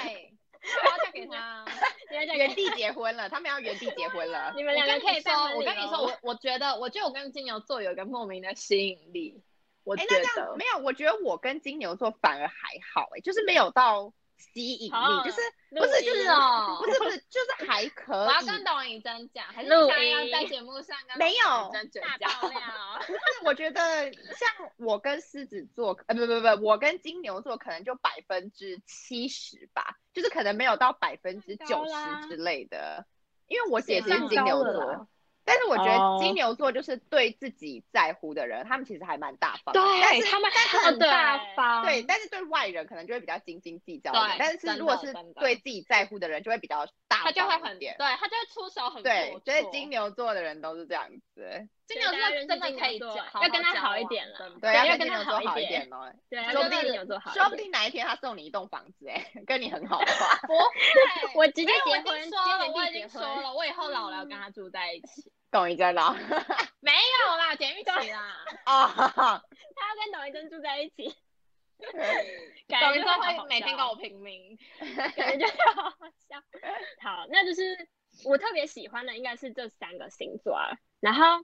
[SPEAKER 1] 很贵，那我要嫁给他。
[SPEAKER 3] 你要这样
[SPEAKER 2] 原地结婚了，他们要原地结婚了。
[SPEAKER 3] 你们两个
[SPEAKER 1] 我跟
[SPEAKER 3] 可
[SPEAKER 1] 你
[SPEAKER 3] 以
[SPEAKER 1] 说
[SPEAKER 3] 办，婚
[SPEAKER 1] 我
[SPEAKER 3] 礼
[SPEAKER 1] 跟你说，
[SPEAKER 3] 咯
[SPEAKER 1] 我我觉得，我觉得我跟金牛座有一个莫名的吸引力，我
[SPEAKER 2] 哎
[SPEAKER 1] 觉，
[SPEAKER 2] 那这样
[SPEAKER 1] 得
[SPEAKER 2] 没有，我觉得我跟金牛座反而还好哎、就是没有到吸引
[SPEAKER 3] 好
[SPEAKER 2] 力，就是
[SPEAKER 3] 录
[SPEAKER 2] 不是
[SPEAKER 3] 音
[SPEAKER 2] 就是
[SPEAKER 1] 哦
[SPEAKER 2] 不是不是，就是还可
[SPEAKER 1] 我要跟
[SPEAKER 2] 以。
[SPEAKER 1] 董颖真讲，还是
[SPEAKER 3] 录
[SPEAKER 1] 现在要在
[SPEAKER 3] 音
[SPEAKER 1] 节目上跟
[SPEAKER 2] 没有
[SPEAKER 1] 董颖真
[SPEAKER 3] 大
[SPEAKER 1] 绝交？
[SPEAKER 3] 爆料，
[SPEAKER 2] 不是，我觉得像我跟狮子座，呃，不不不，我跟金牛座可能就百分之七十吧，就是可能没有到百分之
[SPEAKER 1] 太高
[SPEAKER 2] 九
[SPEAKER 1] 啦
[SPEAKER 2] 十之类的。因为我姐
[SPEAKER 1] 也
[SPEAKER 2] 姐是
[SPEAKER 1] 蛮
[SPEAKER 2] 金
[SPEAKER 1] 高
[SPEAKER 2] 牛
[SPEAKER 1] 的
[SPEAKER 2] 座
[SPEAKER 3] 啦，
[SPEAKER 2] 但是我觉
[SPEAKER 3] 哦
[SPEAKER 2] 得金牛座就是对自己在乎的人，他们其实还蛮大方的。但
[SPEAKER 1] 对
[SPEAKER 2] 是
[SPEAKER 1] 他们
[SPEAKER 3] 是哦
[SPEAKER 1] 很
[SPEAKER 3] 对
[SPEAKER 1] 大方，
[SPEAKER 2] 对，，但是对外人可能就会比较斤斤计较一
[SPEAKER 1] 对
[SPEAKER 2] 点但是
[SPEAKER 1] 真
[SPEAKER 2] 如果
[SPEAKER 1] 的
[SPEAKER 2] 是
[SPEAKER 1] 真的
[SPEAKER 2] 对自己在乎的人，就会比较大
[SPEAKER 1] 他就会
[SPEAKER 2] 方一
[SPEAKER 1] 很对，
[SPEAKER 2] 点。
[SPEAKER 1] 他就会出手很
[SPEAKER 2] 对
[SPEAKER 1] 阔，
[SPEAKER 2] 所以
[SPEAKER 1] 绰
[SPEAKER 2] 金牛座的人都是这样子，
[SPEAKER 1] 金牛座真的可以交，
[SPEAKER 3] 要跟他
[SPEAKER 1] 交
[SPEAKER 3] 好一
[SPEAKER 1] 往
[SPEAKER 3] 点啦
[SPEAKER 2] 对，
[SPEAKER 3] 对
[SPEAKER 2] 要
[SPEAKER 3] 要
[SPEAKER 2] 跟
[SPEAKER 3] 跟
[SPEAKER 2] 金
[SPEAKER 3] 他
[SPEAKER 2] 牛座
[SPEAKER 3] 好一
[SPEAKER 2] 好一
[SPEAKER 3] 点
[SPEAKER 2] 点哦。
[SPEAKER 3] 对，
[SPEAKER 2] 说
[SPEAKER 3] 要
[SPEAKER 2] 不
[SPEAKER 3] 跟
[SPEAKER 2] 定
[SPEAKER 3] 金牛座好一点，，
[SPEAKER 2] 说不定哪一天他送你一栋房子，哎，跟你很好的话，
[SPEAKER 1] 不会
[SPEAKER 3] 我直接
[SPEAKER 1] 因为我已
[SPEAKER 3] 结
[SPEAKER 1] 经
[SPEAKER 3] 婚，
[SPEAKER 1] 说了，我
[SPEAKER 3] 今年
[SPEAKER 1] 已
[SPEAKER 3] 底
[SPEAKER 1] 经
[SPEAKER 3] 结
[SPEAKER 1] 说
[SPEAKER 3] 婚，
[SPEAKER 1] 了，我以后老了要跟他住在一起，
[SPEAKER 2] 懂一个了
[SPEAKER 1] 没有啦，简玉琪啦，
[SPEAKER 2] 啊。
[SPEAKER 3] 他要跟董一珍住在一 起，
[SPEAKER 1] 董
[SPEAKER 3] 感
[SPEAKER 1] 宇
[SPEAKER 3] 觉
[SPEAKER 1] 宙
[SPEAKER 3] 就
[SPEAKER 1] 会每天跟
[SPEAKER 3] 搞
[SPEAKER 1] 我平民，
[SPEAKER 3] 感觉就好好 笑。好，那就是我特别喜欢的应该是这三个星座啊。然后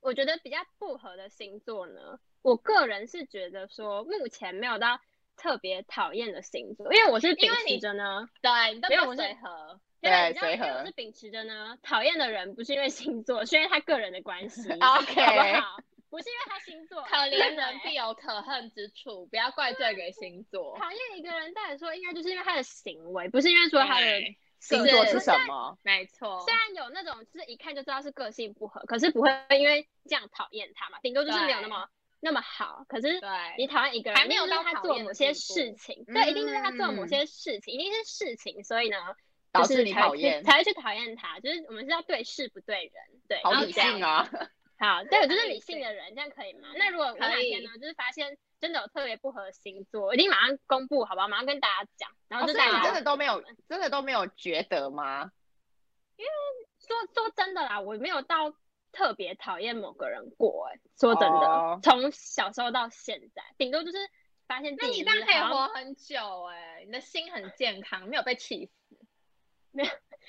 [SPEAKER 3] 我觉得比较不合的星座呢，我个人是觉得说目前没有到特别讨厌的星座，因为我是秉
[SPEAKER 1] 因为你
[SPEAKER 3] 持着呢，
[SPEAKER 1] 对，你都没
[SPEAKER 3] 没有
[SPEAKER 1] 有
[SPEAKER 3] 我是
[SPEAKER 1] 随和，
[SPEAKER 2] 对
[SPEAKER 3] 你知道
[SPEAKER 2] 随
[SPEAKER 3] 因为
[SPEAKER 2] 和，
[SPEAKER 3] 我是秉持着呢，讨厌的人不是因为星座，是因为他个人的关系
[SPEAKER 2] OK，
[SPEAKER 3] 好不好？不是因为他星座，
[SPEAKER 1] 可怜
[SPEAKER 3] 真的
[SPEAKER 1] 人
[SPEAKER 3] 欸
[SPEAKER 1] 必有可恨之处，不要怪罪给星座。
[SPEAKER 3] 讨厌一个人，对你说应该就是因为他的行为，不是因为说他的
[SPEAKER 1] 对
[SPEAKER 2] 星座
[SPEAKER 1] 是
[SPEAKER 2] 是什么？
[SPEAKER 1] 没错
[SPEAKER 3] 虽，然有那种就是一看就知道是个性不合，可是不会因为这样讨厌他嘛，顶多就是没有那么那么好。可是
[SPEAKER 1] 对，
[SPEAKER 3] 你讨厌一个人，
[SPEAKER 1] 还没有
[SPEAKER 3] 一定是
[SPEAKER 1] 到
[SPEAKER 3] 他
[SPEAKER 1] 讨
[SPEAKER 3] 做
[SPEAKER 1] 厌
[SPEAKER 3] 某
[SPEAKER 1] 的
[SPEAKER 3] 些
[SPEAKER 1] 地步
[SPEAKER 3] 事情，
[SPEAKER 2] 嗯
[SPEAKER 3] 对，一定是他做某些事情，一定是事情，所以呢，
[SPEAKER 2] 导
[SPEAKER 3] 就是
[SPEAKER 2] 致你
[SPEAKER 3] 才会
[SPEAKER 2] 讨厌
[SPEAKER 3] 去才会去讨厌他。就是我们是要对事不对人，对，
[SPEAKER 2] 好
[SPEAKER 3] 然后
[SPEAKER 2] 理
[SPEAKER 3] 这样
[SPEAKER 2] 性啊，
[SPEAKER 3] 好，对，我就
[SPEAKER 1] 很
[SPEAKER 3] 是
[SPEAKER 1] 理
[SPEAKER 3] 理性
[SPEAKER 1] 性
[SPEAKER 3] 的人，这样可以吗？那如果我
[SPEAKER 1] 可
[SPEAKER 3] 哪
[SPEAKER 1] 以
[SPEAKER 3] 天呢，就是发现真的有特别不合星座，我一定马上公布，好吧？马上跟大家讲，然
[SPEAKER 2] 哦，
[SPEAKER 3] 后就
[SPEAKER 2] 所
[SPEAKER 3] 大
[SPEAKER 2] 以
[SPEAKER 3] 家、
[SPEAKER 2] 你真的都没有，真的都没有觉得吗？
[SPEAKER 3] 说说真的啦，我没有到特别讨厌某个人过、欸，说真的
[SPEAKER 2] 哦，
[SPEAKER 3] 从、小时候到现在，顶多就是发现
[SPEAKER 1] 那
[SPEAKER 3] 自己
[SPEAKER 1] 你这
[SPEAKER 3] 就是
[SPEAKER 1] 样可以
[SPEAKER 3] 好像
[SPEAKER 1] 活很久哎、你的心很健康，没有被气死。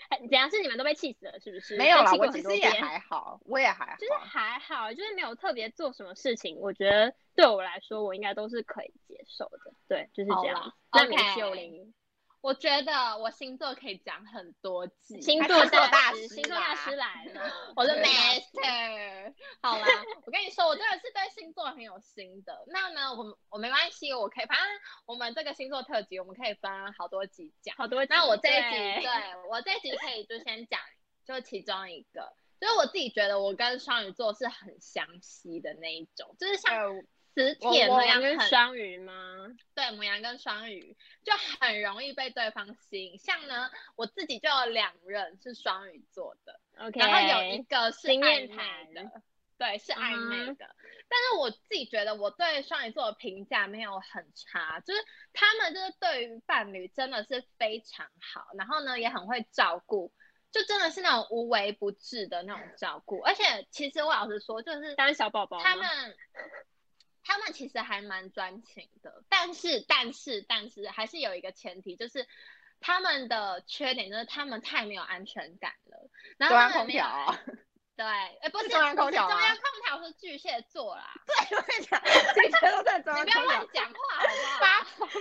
[SPEAKER 3] 哎怎样是你们都被气死了，是不是？
[SPEAKER 2] 没有
[SPEAKER 3] 被
[SPEAKER 2] 啦，
[SPEAKER 3] 气过
[SPEAKER 2] 我其
[SPEAKER 3] 很
[SPEAKER 2] 实
[SPEAKER 3] 多
[SPEAKER 2] 也
[SPEAKER 3] 遍
[SPEAKER 2] 还好，我也还好。啊
[SPEAKER 3] 就是还好，就是没有特别做什么事情，我觉得对我来说，我应该都是可以接受的。对，就是这
[SPEAKER 1] 好啦
[SPEAKER 3] 样。那米
[SPEAKER 1] OK
[SPEAKER 3] 秀玲，
[SPEAKER 1] 我觉得我星座可以讲很多集，
[SPEAKER 3] 星
[SPEAKER 2] 还
[SPEAKER 3] 座
[SPEAKER 2] 是做大
[SPEAKER 3] 师，
[SPEAKER 2] 师
[SPEAKER 3] 星座
[SPEAKER 2] 啦
[SPEAKER 3] 大师来了，
[SPEAKER 1] 我的
[SPEAKER 2] 对啊
[SPEAKER 1] master。好啦，我跟你说，我真的是对星座很有心的。那呢，我我没关系，我可以，反正我们这个星座特辑，我们可以分好多集讲。
[SPEAKER 3] 好多 集。
[SPEAKER 1] 那我这一集，
[SPEAKER 3] 对
[SPEAKER 1] 对我这一集可以就先讲，就其中一个，就是我自己觉得我跟双鱼座是很相吸的那一种，就是像
[SPEAKER 2] 呃
[SPEAKER 1] 磁
[SPEAKER 2] 我
[SPEAKER 1] 铁
[SPEAKER 2] 我
[SPEAKER 1] 那样
[SPEAKER 3] 跟
[SPEAKER 1] 很
[SPEAKER 3] 双鱼吗？
[SPEAKER 1] 对，母羊跟双鱼就很容易被对方吸引。像呢，我自己就有两任是双鱼座的
[SPEAKER 3] OK，
[SPEAKER 1] 然后有一个是
[SPEAKER 3] 经
[SPEAKER 1] 暧
[SPEAKER 3] 验
[SPEAKER 1] 昧
[SPEAKER 3] 谈
[SPEAKER 1] 的，对，是暧昧
[SPEAKER 3] 嗯
[SPEAKER 1] 的。但是我自己觉得我对双鱼座的评价没有很差，就是他们就是对于伴侣真的是非常好，然后呢也很会照顾。就真的是那种无微不至的那种照顾，而且其实我老实说，就是
[SPEAKER 3] 当小宝宝吗，
[SPEAKER 1] 他们他们其实还蛮专情的，但是但是但是还是有一个前提，就是他们的缺点就是他们太没有安全感了。然后
[SPEAKER 2] 中央
[SPEAKER 1] 他们
[SPEAKER 2] 空
[SPEAKER 1] 没有
[SPEAKER 2] 调啊，
[SPEAKER 1] 对，哎不是
[SPEAKER 2] 是中央空调
[SPEAKER 1] 不是中
[SPEAKER 2] 吗
[SPEAKER 1] 央空调是巨蟹座啦，
[SPEAKER 2] 对，我跟你讲， 你觉得在中
[SPEAKER 1] 你
[SPEAKER 2] 央
[SPEAKER 1] 不要
[SPEAKER 2] 空
[SPEAKER 1] 乱
[SPEAKER 2] 调？
[SPEAKER 1] 讲话好不好？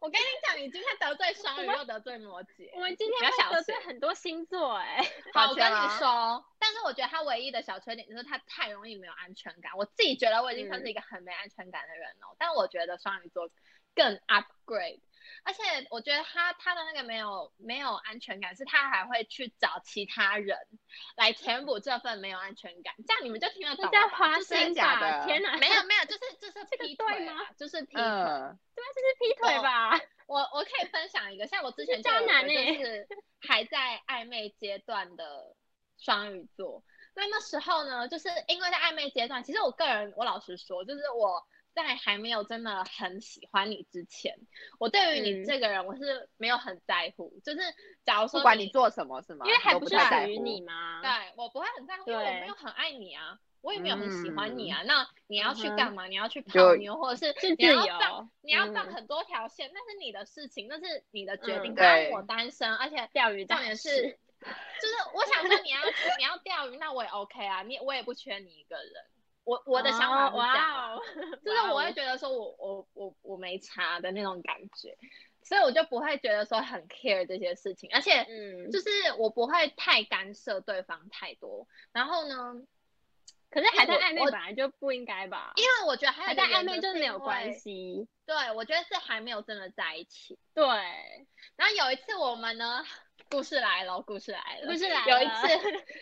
[SPEAKER 1] 我跟你讲，你今天得罪双鱼又得罪摩羯。
[SPEAKER 3] 我们今
[SPEAKER 1] 比较
[SPEAKER 3] 天
[SPEAKER 1] 小
[SPEAKER 3] 会得罪
[SPEAKER 1] 心
[SPEAKER 3] 很多星座哎、
[SPEAKER 1] 好，
[SPEAKER 2] 抱
[SPEAKER 1] 我跟
[SPEAKER 2] 歉
[SPEAKER 1] 你
[SPEAKER 2] 啦
[SPEAKER 1] 说，哦但是我觉得他唯一的小缺点就是他太容易没有安全感。我自己觉得我已经算是一个很没安全感的人了，但我觉得双鱼座更 upgrade，而且我觉得他他的那个没有没有安全感，是他还会去找其他人来填补这份没有安全感。这样你们就听得懂
[SPEAKER 3] 这
[SPEAKER 1] 了
[SPEAKER 3] 叫
[SPEAKER 1] 吧
[SPEAKER 3] 花
[SPEAKER 1] 就是
[SPEAKER 2] 真
[SPEAKER 3] 心
[SPEAKER 2] 的假
[SPEAKER 3] 吧？
[SPEAKER 2] 的
[SPEAKER 3] 天哪，
[SPEAKER 1] 没有没有，就是就是
[SPEAKER 3] 这个
[SPEAKER 1] 劈
[SPEAKER 3] 对
[SPEAKER 1] 腿
[SPEAKER 3] 吗
[SPEAKER 1] 啊？就是劈腿。
[SPEAKER 2] 嗯，
[SPEAKER 3] 对啊，这是劈腿
[SPEAKER 1] 我
[SPEAKER 3] 吧？
[SPEAKER 1] 我我可以分享一个，像我之前
[SPEAKER 3] 这
[SPEAKER 1] 就是有一
[SPEAKER 3] 渣
[SPEAKER 1] 个
[SPEAKER 3] 男欸
[SPEAKER 1] 就是还在暧昧阶段的双鱼座，那那时候呢，就是因为在暧昧阶段，其实我个人我老实说，就是我在还没有真的很喜欢你之前，我对于你
[SPEAKER 3] 嗯
[SPEAKER 1] 这个人我是没有很在乎，就是假如说
[SPEAKER 2] 不管你做什么是吗？
[SPEAKER 3] 因为还
[SPEAKER 2] 都
[SPEAKER 3] 不
[SPEAKER 2] 不
[SPEAKER 3] 是
[SPEAKER 2] 太
[SPEAKER 3] 属
[SPEAKER 2] 在
[SPEAKER 3] 于
[SPEAKER 2] 乎
[SPEAKER 3] 你吗？
[SPEAKER 1] 对我不会很在乎，因为我没
[SPEAKER 3] 对
[SPEAKER 1] 有很爱你啊，我也没有很喜欢你啊，那你要去
[SPEAKER 3] 嗯哼
[SPEAKER 1] 干嘛？你要去泡
[SPEAKER 2] 就
[SPEAKER 1] 妞，或者是
[SPEAKER 3] 是
[SPEAKER 1] 你
[SPEAKER 3] 自
[SPEAKER 1] 要放
[SPEAKER 3] 由
[SPEAKER 1] 你要放
[SPEAKER 3] 嗯
[SPEAKER 1] 很多条线，那是你的事情，那是你的决定。
[SPEAKER 3] 嗯
[SPEAKER 1] 当然
[SPEAKER 2] 对
[SPEAKER 1] 我单身，而 且
[SPEAKER 3] 钓鱼大
[SPEAKER 1] 重点
[SPEAKER 3] 师
[SPEAKER 1] 是， 就是我想说你要你要钓鱼，那我也 OK 啊，你我也不缺你一个人。我我的想法
[SPEAKER 3] 哦
[SPEAKER 1] 是这样
[SPEAKER 3] 哇
[SPEAKER 1] 啊，
[SPEAKER 3] 哦，
[SPEAKER 1] 就是我会觉得说我我我我没差的那种感觉，所以我就不会觉得说很 care 这些事情，而且
[SPEAKER 3] 嗯，
[SPEAKER 1] 就是我不会太干涉对方太多。然后呢，
[SPEAKER 3] 可是还在暧昧
[SPEAKER 1] 我
[SPEAKER 3] 本来就不应该吧？
[SPEAKER 1] 因为我觉得还有
[SPEAKER 3] 还
[SPEAKER 1] 一个
[SPEAKER 3] 在暧
[SPEAKER 1] 原
[SPEAKER 3] 昧
[SPEAKER 1] 则
[SPEAKER 3] 就是没
[SPEAKER 1] 因
[SPEAKER 3] 有关
[SPEAKER 1] 为，
[SPEAKER 3] 系，
[SPEAKER 1] 对我觉得是还没有真的在一起。
[SPEAKER 3] 对，
[SPEAKER 1] 然后有一次我们呢，故事来了，故事来了，
[SPEAKER 3] 故事来
[SPEAKER 1] 有一
[SPEAKER 3] 了
[SPEAKER 1] 次，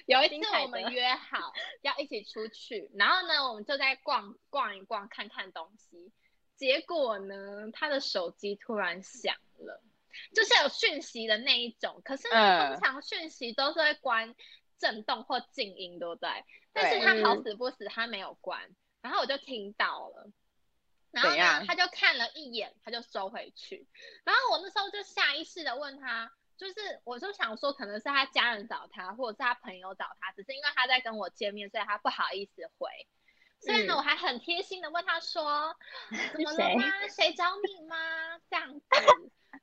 [SPEAKER 1] 有一
[SPEAKER 3] 精
[SPEAKER 1] 次
[SPEAKER 3] 彩
[SPEAKER 1] 我们
[SPEAKER 3] 的
[SPEAKER 1] 约好要一起出去，然后呢，我们就在逛逛一逛，看看东西。结果呢，他的手机突然响了，就是有讯息的那一种。可是呢，
[SPEAKER 2] 嗯
[SPEAKER 1] 通常讯息都是会关震动或静音，对不对？但是
[SPEAKER 2] 对
[SPEAKER 1] 他好
[SPEAKER 3] 嗯
[SPEAKER 1] 死不死，他没有关，然后我就听到了。然后
[SPEAKER 2] 怎
[SPEAKER 1] 呢
[SPEAKER 2] 样，
[SPEAKER 1] 他就看了一眼，他就收回去。然后我那时候就下意识的问他，就是我就想说，可能是他家人找他，或者是他朋友找他，只是因为他在跟我见面，所以他不好意思回。所以呢，
[SPEAKER 3] 嗯
[SPEAKER 1] 我还很贴心的问他说：“怎么了
[SPEAKER 3] 谁
[SPEAKER 1] 吗？谁找你吗？”这样子。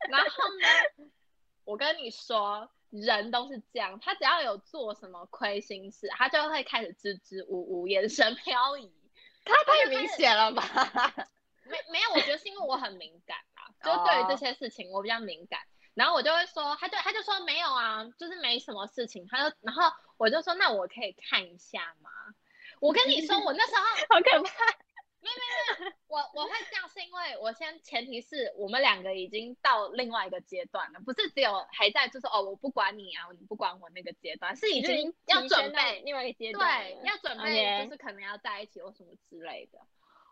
[SPEAKER 1] 然后呢，我跟你说，人都是这样，他只要有做什么亏心事，他就会开始支支吾吾，眼神飘移。
[SPEAKER 2] 他太明显了吧？
[SPEAKER 1] 没没有，我觉得是因为我很敏感啊，就是对于这
[SPEAKER 2] 哦
[SPEAKER 1] 些事情我比较敏感，然后我就会说，他就他就说没有啊，就是没什么事情，他就然后我就说那我可以看一下吗？我跟你说，我那时候
[SPEAKER 3] 好可怕，
[SPEAKER 1] 我我会这样是因为我先前提是我们两个已经到另外一个阶段了，不是只有还在就是哦我不管你啊，你不管我那个阶段，是已
[SPEAKER 3] 就
[SPEAKER 1] 经要
[SPEAKER 3] 提
[SPEAKER 1] 准
[SPEAKER 3] 升到
[SPEAKER 1] 备
[SPEAKER 3] 另外一个阶段了，
[SPEAKER 1] 对要准备哎
[SPEAKER 3] OK
[SPEAKER 1] 就是可能要在一起或什么之类的。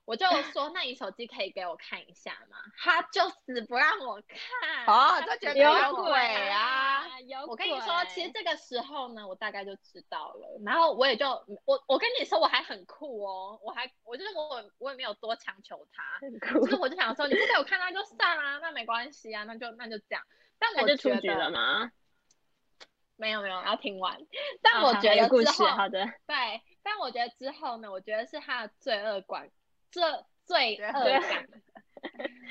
[SPEAKER 1] 我就 说，那你手机可以给我看一下吗？他就死不让我看。
[SPEAKER 2] 哦
[SPEAKER 1] 他
[SPEAKER 2] 这绝
[SPEAKER 1] 死
[SPEAKER 2] 对
[SPEAKER 1] 不
[SPEAKER 2] 有
[SPEAKER 1] 让我
[SPEAKER 2] 鬼
[SPEAKER 1] 看
[SPEAKER 2] 啊！
[SPEAKER 3] 有
[SPEAKER 1] 我跟你说，其 实这个时候呢，我大概就知道了。然后我也就我我跟你说，我还很酷哦，我还我就是我我也没有多强求他，
[SPEAKER 3] 很
[SPEAKER 1] 就
[SPEAKER 3] 酷
[SPEAKER 1] 是，我就想说，你不给我看那就算啦、那没关系啊，那就那就这样。但
[SPEAKER 3] 那
[SPEAKER 1] 我
[SPEAKER 3] 就
[SPEAKER 1] 觉
[SPEAKER 3] 出
[SPEAKER 1] 得
[SPEAKER 3] 局了吗？
[SPEAKER 1] 没有没有，要听完。但
[SPEAKER 3] 哦
[SPEAKER 1] 我
[SPEAKER 3] 好
[SPEAKER 1] 觉
[SPEAKER 3] 还有
[SPEAKER 1] 得
[SPEAKER 3] 故
[SPEAKER 1] 之
[SPEAKER 3] 事，
[SPEAKER 1] 后
[SPEAKER 3] 好的，
[SPEAKER 1] 对，但我觉得之后呢，我觉得是他的罪恶感，罪罪
[SPEAKER 3] 啊
[SPEAKER 1] 恶
[SPEAKER 2] 罪恶
[SPEAKER 1] 感，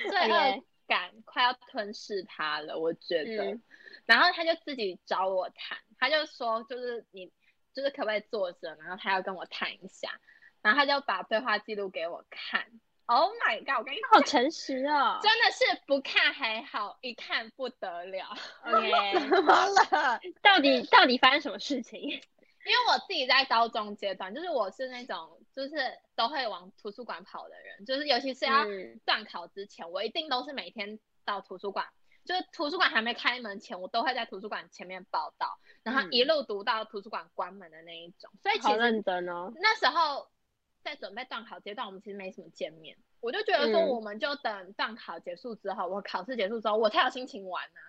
[SPEAKER 1] 罪恶感快要吞噬他了，我觉得。
[SPEAKER 3] 嗯
[SPEAKER 1] 然后他就自己找我谈，他就说就是你就是可不可以坐着，然后他要跟我谈一下，然后他就把对话记录给我看。Oh my god！我跟你
[SPEAKER 3] 好诚实哦。
[SPEAKER 1] 真的是不看还好，一看不得了。
[SPEAKER 3] OK，
[SPEAKER 2] 怎么了？
[SPEAKER 3] 到底到底发生什么事情？
[SPEAKER 1] 因为我自己在高中阶段，就是我是那种就是都会往图书馆跑的人，就是尤其是要
[SPEAKER 3] 嗯
[SPEAKER 1] 段考之前，我一定都是每天到图书馆，就是图书馆还没开门前，我都会在图书馆前面报到，然后
[SPEAKER 2] 嗯
[SPEAKER 1] 一路读到图书馆关门的那一种。所以其
[SPEAKER 3] 好
[SPEAKER 1] 实
[SPEAKER 3] 认真哦。
[SPEAKER 1] 那时候在准备段考阶段，我们其实没什么见面，我就觉得说
[SPEAKER 3] 嗯
[SPEAKER 1] 我们就等段考结束之后，我考试结束之后，我才有心情玩呢、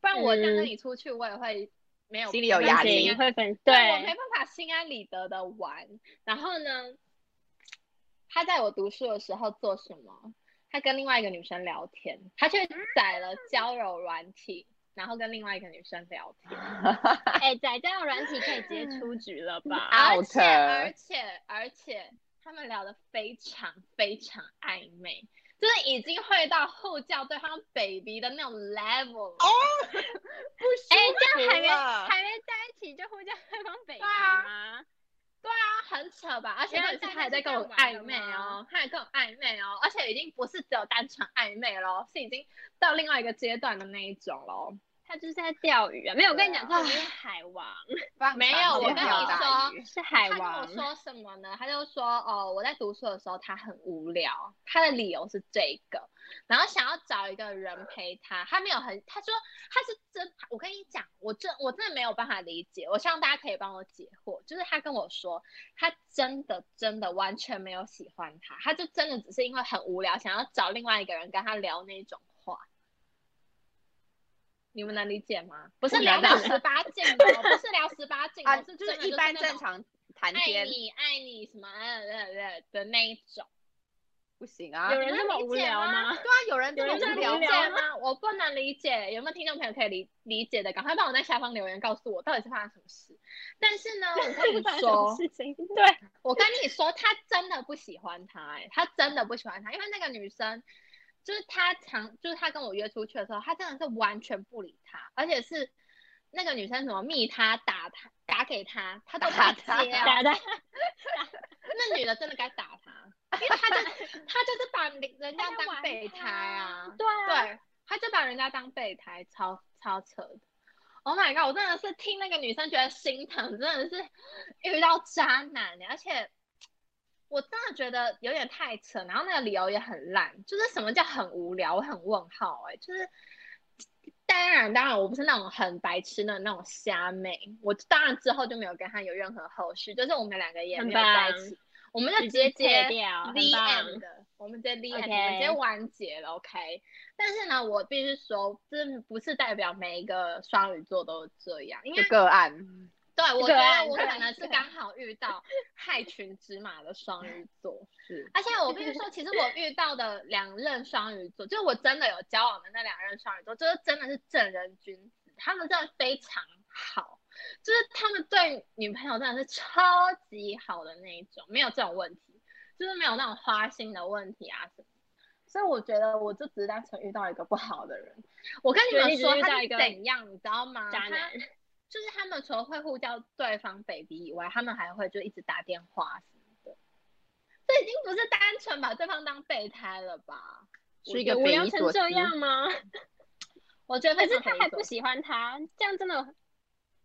[SPEAKER 1] 不然我这样跟
[SPEAKER 3] 嗯
[SPEAKER 1] 你出去，我也会没有
[SPEAKER 2] 心里有
[SPEAKER 1] 没
[SPEAKER 2] 压
[SPEAKER 1] 心
[SPEAKER 2] 力
[SPEAKER 1] 安
[SPEAKER 3] 你会分
[SPEAKER 1] 对我没办法心安理得的玩。然后呢，他在我读书的时候做什么？他跟另外一个女生聊天，他去载了交友软体，然后跟另外一个女生聊天，
[SPEAKER 3] 哎，仔这样软体可以直接出局了吧？
[SPEAKER 1] 而
[SPEAKER 2] Out
[SPEAKER 1] 且而且而且他们聊得非常非常暧昧。就是已经会到互叫对方 baby 的那种 level 了
[SPEAKER 2] 不
[SPEAKER 3] 哎，
[SPEAKER 2] 舒
[SPEAKER 3] 这样还没
[SPEAKER 1] 嗯
[SPEAKER 2] 服了
[SPEAKER 3] 还没在一起就互叫对方北
[SPEAKER 1] 对啊
[SPEAKER 3] 吗？
[SPEAKER 1] 对啊，很扯吧？而且
[SPEAKER 3] 原
[SPEAKER 1] 那
[SPEAKER 3] 来
[SPEAKER 1] 是
[SPEAKER 3] 大
[SPEAKER 1] 他
[SPEAKER 3] 家
[SPEAKER 1] 还在
[SPEAKER 3] 是
[SPEAKER 1] 跟
[SPEAKER 3] 这
[SPEAKER 1] 我
[SPEAKER 3] 样玩
[SPEAKER 1] 暧
[SPEAKER 3] 的
[SPEAKER 1] 昧哦
[SPEAKER 3] 吗，
[SPEAKER 1] 他还跟我暧昧哦，而且已经不是只有单纯暧昧咯，是已经到另外一个阶段的那一种咯。
[SPEAKER 3] 他就是在钓鱼啊！没有，我跟你讲，
[SPEAKER 2] 对啊
[SPEAKER 3] 他就是海王，
[SPEAKER 2] 放
[SPEAKER 1] 没有
[SPEAKER 2] 闪
[SPEAKER 1] 我
[SPEAKER 2] 电
[SPEAKER 1] 跟
[SPEAKER 2] 钓
[SPEAKER 1] 你
[SPEAKER 2] 大
[SPEAKER 1] 说
[SPEAKER 2] 鱼
[SPEAKER 3] 是海
[SPEAKER 1] 他跟我
[SPEAKER 3] 王。
[SPEAKER 1] 说什么呢？他就说哦，我在读书的时候他很无聊，他的理由是这个，然后想要找一个人陪他。他没有很，他说他是真，我跟你讲，我真我真的没有办法理解，我希望大家可以帮我解惑。就是他跟我说，他真的真的完全没有喜欢他，他就真的只是因为很无聊，想要找另外一个人跟他聊那种话。你们能理解吗？不是
[SPEAKER 2] 我
[SPEAKER 1] 聊
[SPEAKER 2] 能
[SPEAKER 1] 那种十 八禁的哦，不是聊十八禁哦，
[SPEAKER 2] 啊，
[SPEAKER 1] 是
[SPEAKER 2] 就
[SPEAKER 1] 真的
[SPEAKER 2] 是一般
[SPEAKER 1] 那
[SPEAKER 2] 正
[SPEAKER 1] 种
[SPEAKER 2] 常谈
[SPEAKER 1] 爱
[SPEAKER 2] 天
[SPEAKER 1] 你爱你什么呃呃呃的那一种，
[SPEAKER 2] 不行啊
[SPEAKER 3] 有。人这么无聊
[SPEAKER 2] 对
[SPEAKER 3] 吗？
[SPEAKER 2] 啊，有人这
[SPEAKER 3] 有
[SPEAKER 2] 么
[SPEAKER 3] 人
[SPEAKER 2] 无
[SPEAKER 3] 这么
[SPEAKER 2] 聊
[SPEAKER 1] 理
[SPEAKER 3] 无
[SPEAKER 1] 解
[SPEAKER 3] 聊
[SPEAKER 2] 吗？
[SPEAKER 1] 吗？我不能理解，有没有听众朋友可以理理解的？赶快帮我在下方留言告诉我，到底是发生什么事。但是呢，我跟你
[SPEAKER 3] 发生什么
[SPEAKER 1] 说，
[SPEAKER 3] 事情？对，
[SPEAKER 1] 我跟你说，他真的不喜欢他、欸，他真的不喜欢他，因为那个女生，就是他常，就是他跟我约出去的时候，他真的是完全不理他，而且是那个女生什么密他、打他、打给他，他都不
[SPEAKER 2] 打他
[SPEAKER 1] 接、啊，
[SPEAKER 3] 打的
[SPEAKER 1] 那女的真的该打他，因为他就他就是把人家当备胎啊，
[SPEAKER 3] 对啊，
[SPEAKER 1] 对，他就把人家当备胎，超超扯的。Oh my god！我真的是听那个女生觉得心疼，真的是遇到渣男欸了，而且我真的觉得有点太扯。然后那个理由也很烂，就是什么叫很无聊，我很问号哎、就是。当然，当然，我不是那种很白痴的那种虾妹，我当然之后就没有跟他有任何后续，就是我们两个也
[SPEAKER 3] 很
[SPEAKER 1] 没有在一
[SPEAKER 3] 棒
[SPEAKER 1] 起，我们就直
[SPEAKER 3] 直
[SPEAKER 1] 接
[SPEAKER 3] 接
[SPEAKER 1] 接
[SPEAKER 3] 戒掉，很
[SPEAKER 1] the
[SPEAKER 3] 棒。
[SPEAKER 1] end，我们直接 the end，我
[SPEAKER 3] OK
[SPEAKER 1] 们直接完结了，OK。但是呢，我必须说，这不是代表每一个双鱼座都这样，因为
[SPEAKER 2] 是个案，
[SPEAKER 1] 对我
[SPEAKER 3] 个
[SPEAKER 1] 觉
[SPEAKER 3] 案
[SPEAKER 1] 得我
[SPEAKER 3] 对
[SPEAKER 1] 可能是
[SPEAKER 3] 对
[SPEAKER 1] 刚好遇到害群之马的双鱼座，
[SPEAKER 2] 是
[SPEAKER 1] 而且我必须说，其实我遇到的两任双鱼座，就是我真的有交往的那两任双鱼座，就是真的是正人君子，他们真的非常好，就是他们对女朋友真的是超级好的那一种，没有这种问题，就是没有那种花心的问题啊什么。所以我觉得我就只是单纯遇到一个不好的人。我跟你
[SPEAKER 3] 对
[SPEAKER 1] 们
[SPEAKER 3] 你只
[SPEAKER 1] 说，
[SPEAKER 3] 遇
[SPEAKER 1] 他
[SPEAKER 3] 到
[SPEAKER 1] 是
[SPEAKER 3] 一个
[SPEAKER 1] 怎样，你知道吗？
[SPEAKER 3] 渣
[SPEAKER 1] 他
[SPEAKER 3] 男
[SPEAKER 1] 就是他们除了会互叫对方 baby 以外，他们还会就一直打电话什么的。这已经不是单纯把对方当备胎了吧？
[SPEAKER 2] 是一个
[SPEAKER 3] 无
[SPEAKER 2] 匪
[SPEAKER 3] 聊
[SPEAKER 2] 夷所
[SPEAKER 3] 成
[SPEAKER 2] 思
[SPEAKER 3] 这样 吗？
[SPEAKER 1] 我觉得
[SPEAKER 3] 可
[SPEAKER 1] 非
[SPEAKER 3] 是
[SPEAKER 1] 常匪
[SPEAKER 3] 他
[SPEAKER 1] 夷
[SPEAKER 3] 还
[SPEAKER 1] 所
[SPEAKER 3] 不
[SPEAKER 1] 思
[SPEAKER 3] 喜欢他，这样真的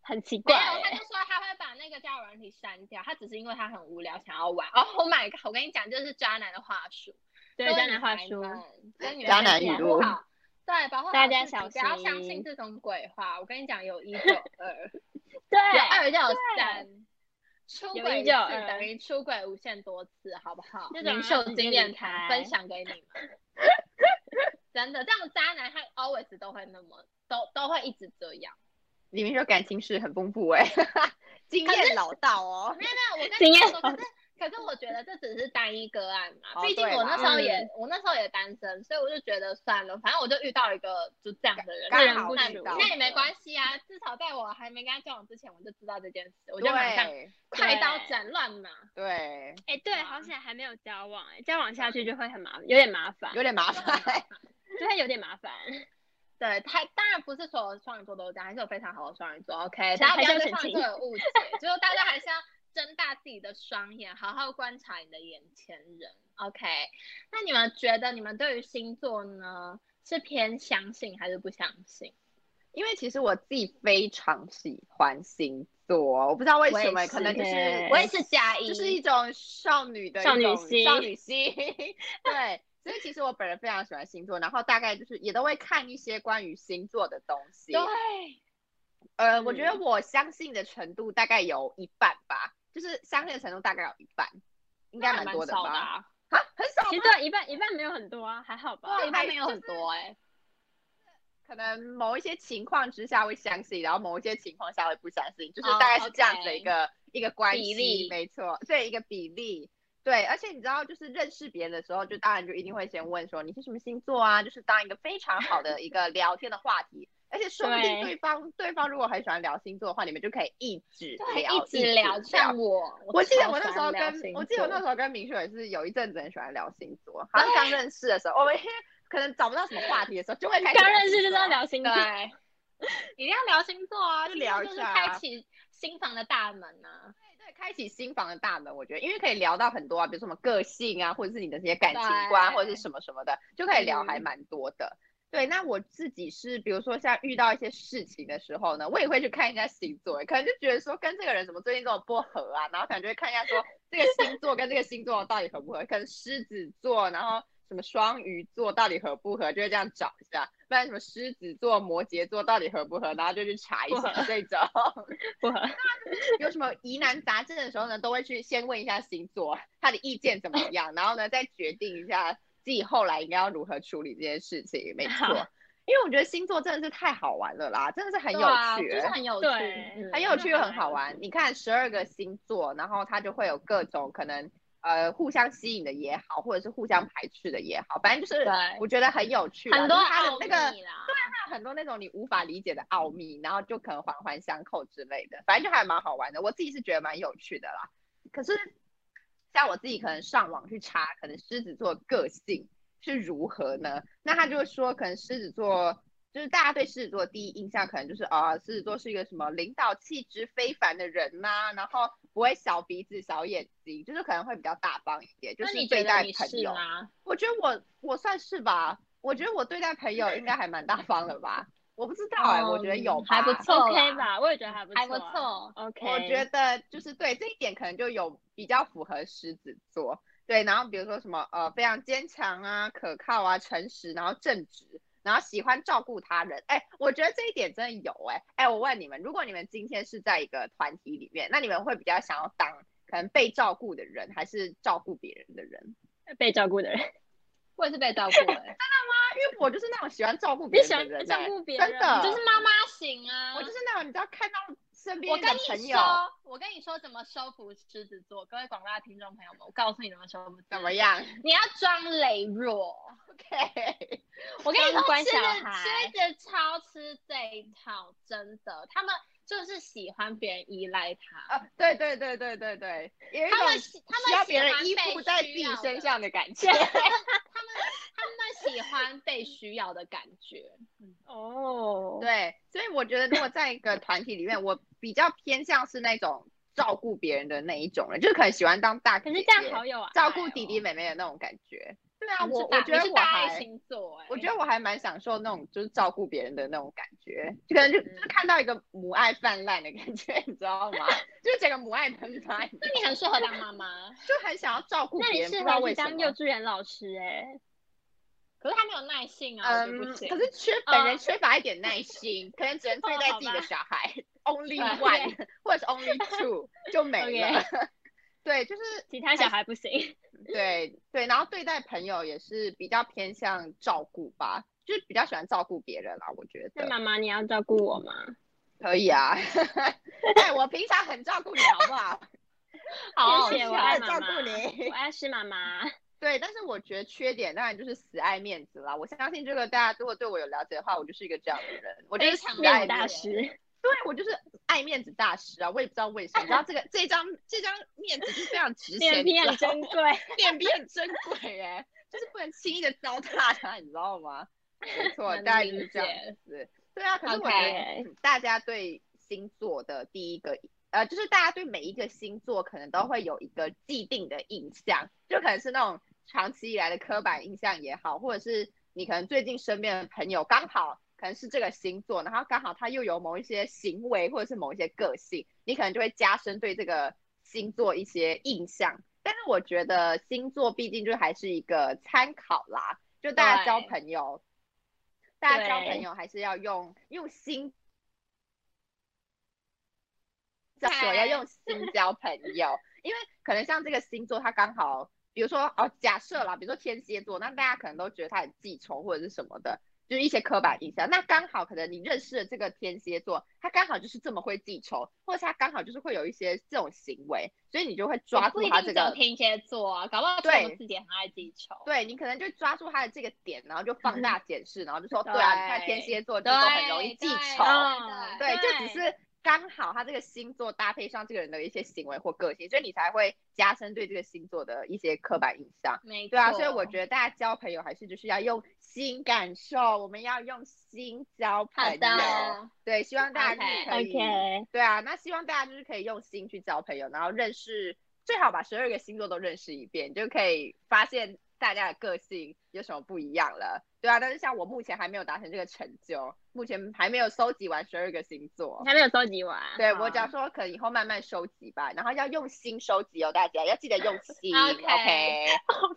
[SPEAKER 3] 很奇
[SPEAKER 1] 没
[SPEAKER 3] 怪
[SPEAKER 1] 有，他
[SPEAKER 3] 欸。
[SPEAKER 1] 就说他会把那个交友软体删掉，他只是因为他很无聊想要玩。哦 Oh my god！我跟你讲，这是渣男的话术，
[SPEAKER 3] 对，渣男话术
[SPEAKER 1] 说，，跟女
[SPEAKER 2] 渣
[SPEAKER 1] 孩
[SPEAKER 2] 男
[SPEAKER 1] 子
[SPEAKER 2] 语
[SPEAKER 1] 保护
[SPEAKER 2] 录
[SPEAKER 1] 好对，保护好
[SPEAKER 3] 大家
[SPEAKER 1] 自己
[SPEAKER 3] 小
[SPEAKER 1] 不要相信
[SPEAKER 3] 心
[SPEAKER 1] 这种鬼话。我跟你讲，有一就有二，
[SPEAKER 3] 对
[SPEAKER 1] 有二就有三，出
[SPEAKER 3] 有
[SPEAKER 1] 轨
[SPEAKER 3] 一
[SPEAKER 1] 一
[SPEAKER 3] 就
[SPEAKER 1] 次
[SPEAKER 3] 有二
[SPEAKER 1] 等于出轨无限多次，好不好？
[SPEAKER 3] 这
[SPEAKER 1] 领
[SPEAKER 3] 种人
[SPEAKER 1] 袖
[SPEAKER 3] 直接
[SPEAKER 1] 经
[SPEAKER 3] 离
[SPEAKER 1] 验谈
[SPEAKER 3] 开
[SPEAKER 1] 分享给你们。 真的，这样渣男他 always 都会那么，都都会一直这样。
[SPEAKER 2] 李明说感情史很丰富哎、 经
[SPEAKER 1] 可是
[SPEAKER 2] 验老道哦。
[SPEAKER 1] 没有没有，我跟
[SPEAKER 3] 经
[SPEAKER 1] 你
[SPEAKER 3] 验
[SPEAKER 1] 说，可是可是我觉得这只是单一个案嘛，
[SPEAKER 2] 哦
[SPEAKER 1] 毕竟
[SPEAKER 2] 对
[SPEAKER 1] 我那
[SPEAKER 2] 啦
[SPEAKER 1] 时候也、
[SPEAKER 3] 嗯
[SPEAKER 1] 我那时候也单身，所以我就觉得算了，反正我就遇到一个就这样的人，
[SPEAKER 2] 刚
[SPEAKER 1] 那
[SPEAKER 2] 好
[SPEAKER 1] 那
[SPEAKER 2] 遇到
[SPEAKER 1] 那也没
[SPEAKER 2] 的
[SPEAKER 1] 关系啊，至少在我还没跟他交往之前，我就知道这件事，我就马上
[SPEAKER 2] 对
[SPEAKER 1] 快刀
[SPEAKER 3] 对
[SPEAKER 1] 斩乱麻。
[SPEAKER 2] 对，
[SPEAKER 3] 哎、对，好
[SPEAKER 1] 哇
[SPEAKER 3] 险还没有交往、哎，交往下去就会很麻，有点麻烦，
[SPEAKER 2] 有点麻
[SPEAKER 1] 嗯
[SPEAKER 2] 烦。
[SPEAKER 3] 就会有点麻 烦。
[SPEAKER 1] 对他，当然不是所有双鱼座都这样，还是有非常好的双鱼座。OK，
[SPEAKER 3] 是啊
[SPEAKER 1] 大家不要
[SPEAKER 3] 还是要
[SPEAKER 1] 对
[SPEAKER 3] 澄
[SPEAKER 1] 双鱼
[SPEAKER 3] 清
[SPEAKER 1] 座有误 解，就是大家还是要睁大自己的双眼，好好观察你的眼前人。OK，那你们觉得你们对于星座呢，是偏相信还是不相信？
[SPEAKER 2] 因为其实我自己非常喜欢星座，我不知道为
[SPEAKER 1] 我
[SPEAKER 2] 什
[SPEAKER 1] 也
[SPEAKER 2] 么，可能就是
[SPEAKER 3] 是
[SPEAKER 1] 我也是加一，
[SPEAKER 2] 就是一种少女的
[SPEAKER 3] 少女
[SPEAKER 2] 一种
[SPEAKER 3] 心
[SPEAKER 2] 少女心。 对，所以其实我本人非常喜欢星座，然后大概就是也都会看一些关于星座的东西。
[SPEAKER 1] 对，
[SPEAKER 2] 呃，我觉得
[SPEAKER 3] 嗯
[SPEAKER 2] 我相信的程度大概有一半吧，就是相信的程度大概有一半，应该
[SPEAKER 1] 那还
[SPEAKER 2] 蛮多的
[SPEAKER 1] 少
[SPEAKER 2] 吧？
[SPEAKER 1] 啊，
[SPEAKER 2] 啊，很少
[SPEAKER 3] 其
[SPEAKER 2] 吗
[SPEAKER 3] 实？对一半一半没有很多啊，还好吧。
[SPEAKER 1] 对，一般
[SPEAKER 2] 还
[SPEAKER 1] 没有
[SPEAKER 2] 就
[SPEAKER 1] 很多哎、
[SPEAKER 2] 可能某一些情况之下会相信，然后某一些情况下会不相信，就是
[SPEAKER 1] 哦
[SPEAKER 2] 大概是这样子的
[SPEAKER 1] OK
[SPEAKER 2] 一个、一个关
[SPEAKER 1] 比
[SPEAKER 2] 系，
[SPEAKER 1] 例
[SPEAKER 2] 没错，对一个比例。对，而且你知道，就是认识别人的时候，就当然就一定会先问说你是什么星座啊，就是当一个非常好的一个聊天的话题。而且说不定
[SPEAKER 3] 对
[SPEAKER 2] 对方对方如果很喜欢聊星座的话，你们就可以一直
[SPEAKER 1] 对，
[SPEAKER 2] 聊，
[SPEAKER 1] 一直聊。像我，
[SPEAKER 2] 我记得
[SPEAKER 1] 超
[SPEAKER 2] 我那
[SPEAKER 1] 喜
[SPEAKER 2] 时
[SPEAKER 1] 欢
[SPEAKER 2] 候
[SPEAKER 1] 聊
[SPEAKER 2] 跟
[SPEAKER 1] 星
[SPEAKER 2] 我记得我
[SPEAKER 1] 座
[SPEAKER 2] 那时候跟明秀也是有一阵子很喜欢聊星座，好像刚认识的时候，我们 可能找不到什么话题的时候，就会开始
[SPEAKER 3] 刚
[SPEAKER 2] 聊
[SPEAKER 3] 认识
[SPEAKER 2] 星
[SPEAKER 3] 就是
[SPEAKER 2] 座
[SPEAKER 3] 要聊星座，
[SPEAKER 1] 对，一定要聊星座啊，
[SPEAKER 2] 就
[SPEAKER 1] 星座
[SPEAKER 2] 聊一
[SPEAKER 1] 就是
[SPEAKER 2] 下啊
[SPEAKER 1] 开启新房的大门啊。
[SPEAKER 2] 对，开启新房的大门，我觉得，因为可以聊到很多啊，比如说什么个性啊，或者是你的这些感情观，
[SPEAKER 1] 对
[SPEAKER 2] 或者是什么什么的，就可以聊还
[SPEAKER 3] 嗯
[SPEAKER 2] 蛮多的。对，那我自己是，比如说像遇到一些事情的时候呢，我也会去看一下星座，可能就觉得说跟这个人怎么最近跟我不合啊，然后可能就会看一下说这个星座跟这个星座到底合不合，可能狮子座，然后什么双鱼座到底合不合，就会这样找一下，不然什么狮子座、摩羯座到底合不合，然后就去查一
[SPEAKER 3] 不
[SPEAKER 2] 下
[SPEAKER 3] 合
[SPEAKER 2] 这种。
[SPEAKER 3] 不合
[SPEAKER 2] 有什么疑难杂症的时候呢，都会去先问一下星座他的意见怎么样，然后呢再决定一下自己后来应该要如何处理这件事情。没错
[SPEAKER 3] 好，
[SPEAKER 2] 因为我觉得星座真的是太好玩了啦，真的是很有
[SPEAKER 1] 对啊
[SPEAKER 2] 趣、欸
[SPEAKER 1] 就是很有趣，
[SPEAKER 3] 对
[SPEAKER 1] 嗯
[SPEAKER 2] 很有趣又很好玩。你看十二个星座，然后它就会有各种可能，呃，互相吸引的也好，或者是互相排斥的也好，反正就是
[SPEAKER 1] 对
[SPEAKER 2] 我觉得很有趣啦。
[SPEAKER 1] 很多
[SPEAKER 2] 就是它的
[SPEAKER 1] 奥
[SPEAKER 2] 那
[SPEAKER 1] 秘
[SPEAKER 2] 个
[SPEAKER 1] 啦。
[SPEAKER 2] 很多那种你无法理解的奥秘，然后就可能环环相扣之类的，反正就还蛮好玩的。我自己是觉得蛮有趣的啦。可是像我自己可能上网去查，可能狮子座个性是如何呢？那他就会说，可能狮子座就是大家对狮子座的第一印象可能就是啊，狮子座是一个什么领导气质非凡的人呐、然后不会小鼻子小眼睛，就是可能会比较大方一点，就
[SPEAKER 1] 那
[SPEAKER 2] 是
[SPEAKER 1] 你
[SPEAKER 2] 对
[SPEAKER 1] 觉得
[SPEAKER 2] 待
[SPEAKER 1] 你
[SPEAKER 2] 朋
[SPEAKER 1] 是
[SPEAKER 2] 友。啊
[SPEAKER 1] 吗？
[SPEAKER 2] 我觉得我我算是吧，我觉得我对待朋友应该还蛮大方的吧，我不知道哎、我觉得有
[SPEAKER 1] 嗯还不
[SPEAKER 2] 吧
[SPEAKER 1] 错
[SPEAKER 3] ，OK
[SPEAKER 1] 啦
[SPEAKER 3] 吧？我也觉得还不错啊，
[SPEAKER 1] 还不错，
[SPEAKER 3] OK，
[SPEAKER 2] 我觉得就是对这一点可能就有比较符合狮子座，对，然后比如说什么呃非常坚强啊、可靠啊、诚实，然后正直，然后喜欢照顾他人，哎，我觉得这一点真的有哎、哎，我问你们，如果你们今天是在一个团体里面，那你们会比较想要当可能被照顾的人，还是照顾别人的人？
[SPEAKER 3] 被照顾的人，
[SPEAKER 1] 我也是被照顾的，
[SPEAKER 2] 啊因为我就是那种喜欢照顾
[SPEAKER 3] 你
[SPEAKER 2] 别
[SPEAKER 3] 喜欢
[SPEAKER 2] 人的人、哎，
[SPEAKER 3] 照顾别人，
[SPEAKER 2] 真的
[SPEAKER 1] 你 就是妈妈型啊。
[SPEAKER 2] 我就是那种你知道看到身边
[SPEAKER 1] 我跟
[SPEAKER 2] 的朋
[SPEAKER 1] 你
[SPEAKER 2] 友
[SPEAKER 1] 说，我跟你说怎么收服狮子座，各位广大的听众朋友们，我告诉你怎么收服。
[SPEAKER 2] 怎么？ 样
[SPEAKER 1] 你要装羸弱。
[SPEAKER 2] ？OK，
[SPEAKER 1] 我跟你说，
[SPEAKER 3] 关
[SPEAKER 1] 狮
[SPEAKER 3] 小孩
[SPEAKER 1] 子狮子超吃这一套，真的，他们就是喜欢别人依赖他，
[SPEAKER 2] 啊，对对对对对对，有一
[SPEAKER 1] 他们
[SPEAKER 2] 种
[SPEAKER 1] 喜他
[SPEAKER 2] 需
[SPEAKER 1] 们
[SPEAKER 2] 要
[SPEAKER 1] 喜
[SPEAKER 2] 别人
[SPEAKER 1] 欢
[SPEAKER 2] 依
[SPEAKER 1] 被
[SPEAKER 2] 附在自
[SPEAKER 1] 需
[SPEAKER 2] 己
[SPEAKER 1] 要
[SPEAKER 2] 身
[SPEAKER 1] 的
[SPEAKER 2] 上的感觉。
[SPEAKER 1] 他们他们喜欢被需要的感觉。
[SPEAKER 3] 哦，
[SPEAKER 2] 对，所以我觉得如果在一个团体里面，我比较偏向是那种照顾别人的那一种人，就是可能喜欢当大姐
[SPEAKER 3] 可
[SPEAKER 2] 姐，
[SPEAKER 3] 是这样好有啊，
[SPEAKER 2] 照顾弟
[SPEAKER 1] 哦
[SPEAKER 2] 弟妹妹的那种感觉。对啊，
[SPEAKER 1] 你
[SPEAKER 2] 我
[SPEAKER 1] 是
[SPEAKER 2] 我
[SPEAKER 1] 大
[SPEAKER 2] 觉得
[SPEAKER 1] 你是
[SPEAKER 2] 我
[SPEAKER 1] 大爱
[SPEAKER 2] 还。
[SPEAKER 1] 星座哎、
[SPEAKER 2] 我觉得我还蛮享受那种就是照顾别人的那种感觉，就可能就就是看到一个母爱泛滥的感觉， 你知道吗？就是整个母爱喷发，你知
[SPEAKER 1] 那
[SPEAKER 2] 道
[SPEAKER 1] 你很适合当妈妈，
[SPEAKER 2] 就很想要照顾
[SPEAKER 3] 那
[SPEAKER 2] 别人，
[SPEAKER 3] 你
[SPEAKER 2] 不
[SPEAKER 3] 适
[SPEAKER 2] 知道
[SPEAKER 3] 合去
[SPEAKER 2] 为什
[SPEAKER 3] 当幼
[SPEAKER 2] 么。
[SPEAKER 3] 稚园老师哎、
[SPEAKER 1] 可是他没有耐性啊，我觉得
[SPEAKER 2] 嗯，
[SPEAKER 1] 不行。
[SPEAKER 2] 可是缺本人
[SPEAKER 1] 嗯哦
[SPEAKER 2] 缺乏一点耐心，可能只能对待自己的小 孩，only one 或者是 only two 就没了。 对，就是
[SPEAKER 3] 其他
[SPEAKER 2] 哎
[SPEAKER 3] 小孩不 行。
[SPEAKER 2] 对对，然后对待朋友也是比较偏向照顾吧，就是比较喜欢照顾别人啦，我觉
[SPEAKER 3] 那
[SPEAKER 2] 得
[SPEAKER 3] 妈妈，你要照顾我吗？
[SPEAKER 2] 可以啊。 对，我平常很照顾你，好不 好？
[SPEAKER 1] 好
[SPEAKER 3] 谢谢，
[SPEAKER 1] 好笑
[SPEAKER 3] 我爱
[SPEAKER 2] 我
[SPEAKER 3] 妈
[SPEAKER 2] 照
[SPEAKER 3] 妈
[SPEAKER 2] 顾你，
[SPEAKER 3] 我爱是妈妈。
[SPEAKER 2] 对，但是我觉得缺点当然就是死爱面子啦。我相信这个大家如果对我有了解的话，我就是一个这样的人，我就是
[SPEAKER 1] 非常
[SPEAKER 2] 死
[SPEAKER 3] 面
[SPEAKER 2] 爱
[SPEAKER 3] 子大
[SPEAKER 2] 面子
[SPEAKER 3] 师，
[SPEAKER 2] 对我就是爱面子大师啊，我也不知道为什么，然后 这个这张这张面子就是非常值钱，
[SPEAKER 3] 脸皮很珍 贵。
[SPEAKER 2] 贵，脸皮很珍贵哎、 就是不能轻易的糟蹋它，你知道吗？没 错，
[SPEAKER 1] 能
[SPEAKER 2] 大概就
[SPEAKER 1] 理
[SPEAKER 2] 是这样
[SPEAKER 1] 解
[SPEAKER 2] 子。对啊，可是我觉
[SPEAKER 1] OK
[SPEAKER 2] 得嗯大家对星座的第一个呃，就是大家对每一个星座可能都会有一个既定的印象，就可能是那种长期以来的刻板印象也好，或者是你可能最近身边的朋友刚好可能是这个星座，然后刚好他又有某一些行为或者是某一些个性，你可能就会加深对这个星座一些印象。但是我觉得星座毕竟就还是一个参考啦，就大家交
[SPEAKER 1] 对
[SPEAKER 2] 朋友，大家交
[SPEAKER 3] 对
[SPEAKER 2] 朋友还是要用用心交
[SPEAKER 1] 嗨
[SPEAKER 2] 友，要用心交朋友，因为可能像这个星座，它刚好，比如说哦，假设啦，比如说天蝎座，那大家可能都觉得他很记仇或者是什么的，就是一些刻板印象。那刚好可能你认识的这个天蝎座，他刚好就是这么会记仇，或者他刚好就是会有一些这种行为，所以你就会抓
[SPEAKER 1] 我
[SPEAKER 2] 住
[SPEAKER 1] 不一
[SPEAKER 2] 他
[SPEAKER 1] 定
[SPEAKER 2] 这
[SPEAKER 1] 只有
[SPEAKER 2] 个
[SPEAKER 1] 天蝎座啊，搞不好
[SPEAKER 2] 对
[SPEAKER 1] 他们自己也很爱记仇。
[SPEAKER 2] 对你可能就抓住他的这个点，然后就放大检视，然后就 说对啊，你看天蝎座就
[SPEAKER 1] 嗯对，
[SPEAKER 2] 都很容易记
[SPEAKER 1] 对
[SPEAKER 2] 仇，
[SPEAKER 3] 嗯
[SPEAKER 2] 对，就
[SPEAKER 3] 对
[SPEAKER 2] 只是刚好他这个星座搭配上这个人的一些行为或个性，所以你才会加深对这个星座的一些刻板印象。
[SPEAKER 1] 没
[SPEAKER 2] 对啊，
[SPEAKER 1] 错
[SPEAKER 2] 所以我觉得大家交朋友还是就是要用心感受，我们要用心交朋
[SPEAKER 1] 好
[SPEAKER 2] 友。
[SPEAKER 1] 的，
[SPEAKER 2] 对，希望大家就是可以
[SPEAKER 3] OK，
[SPEAKER 2] 对啊，那希望大家就是可以用心去交朋友，然后认识最好把十二个星座都认识一遍，你就可以发现大家的个性有什么不一样了。对啊，但是像我目前还没有达成这个成就，目前还没有收集完十二个星座
[SPEAKER 3] 你。还没有收集完。
[SPEAKER 2] 对
[SPEAKER 3] 好啊
[SPEAKER 2] 我只要说可能以后慢慢收集吧，然后要用心收集哦，大家要记得用 心。
[SPEAKER 1] OK
[SPEAKER 2] OK，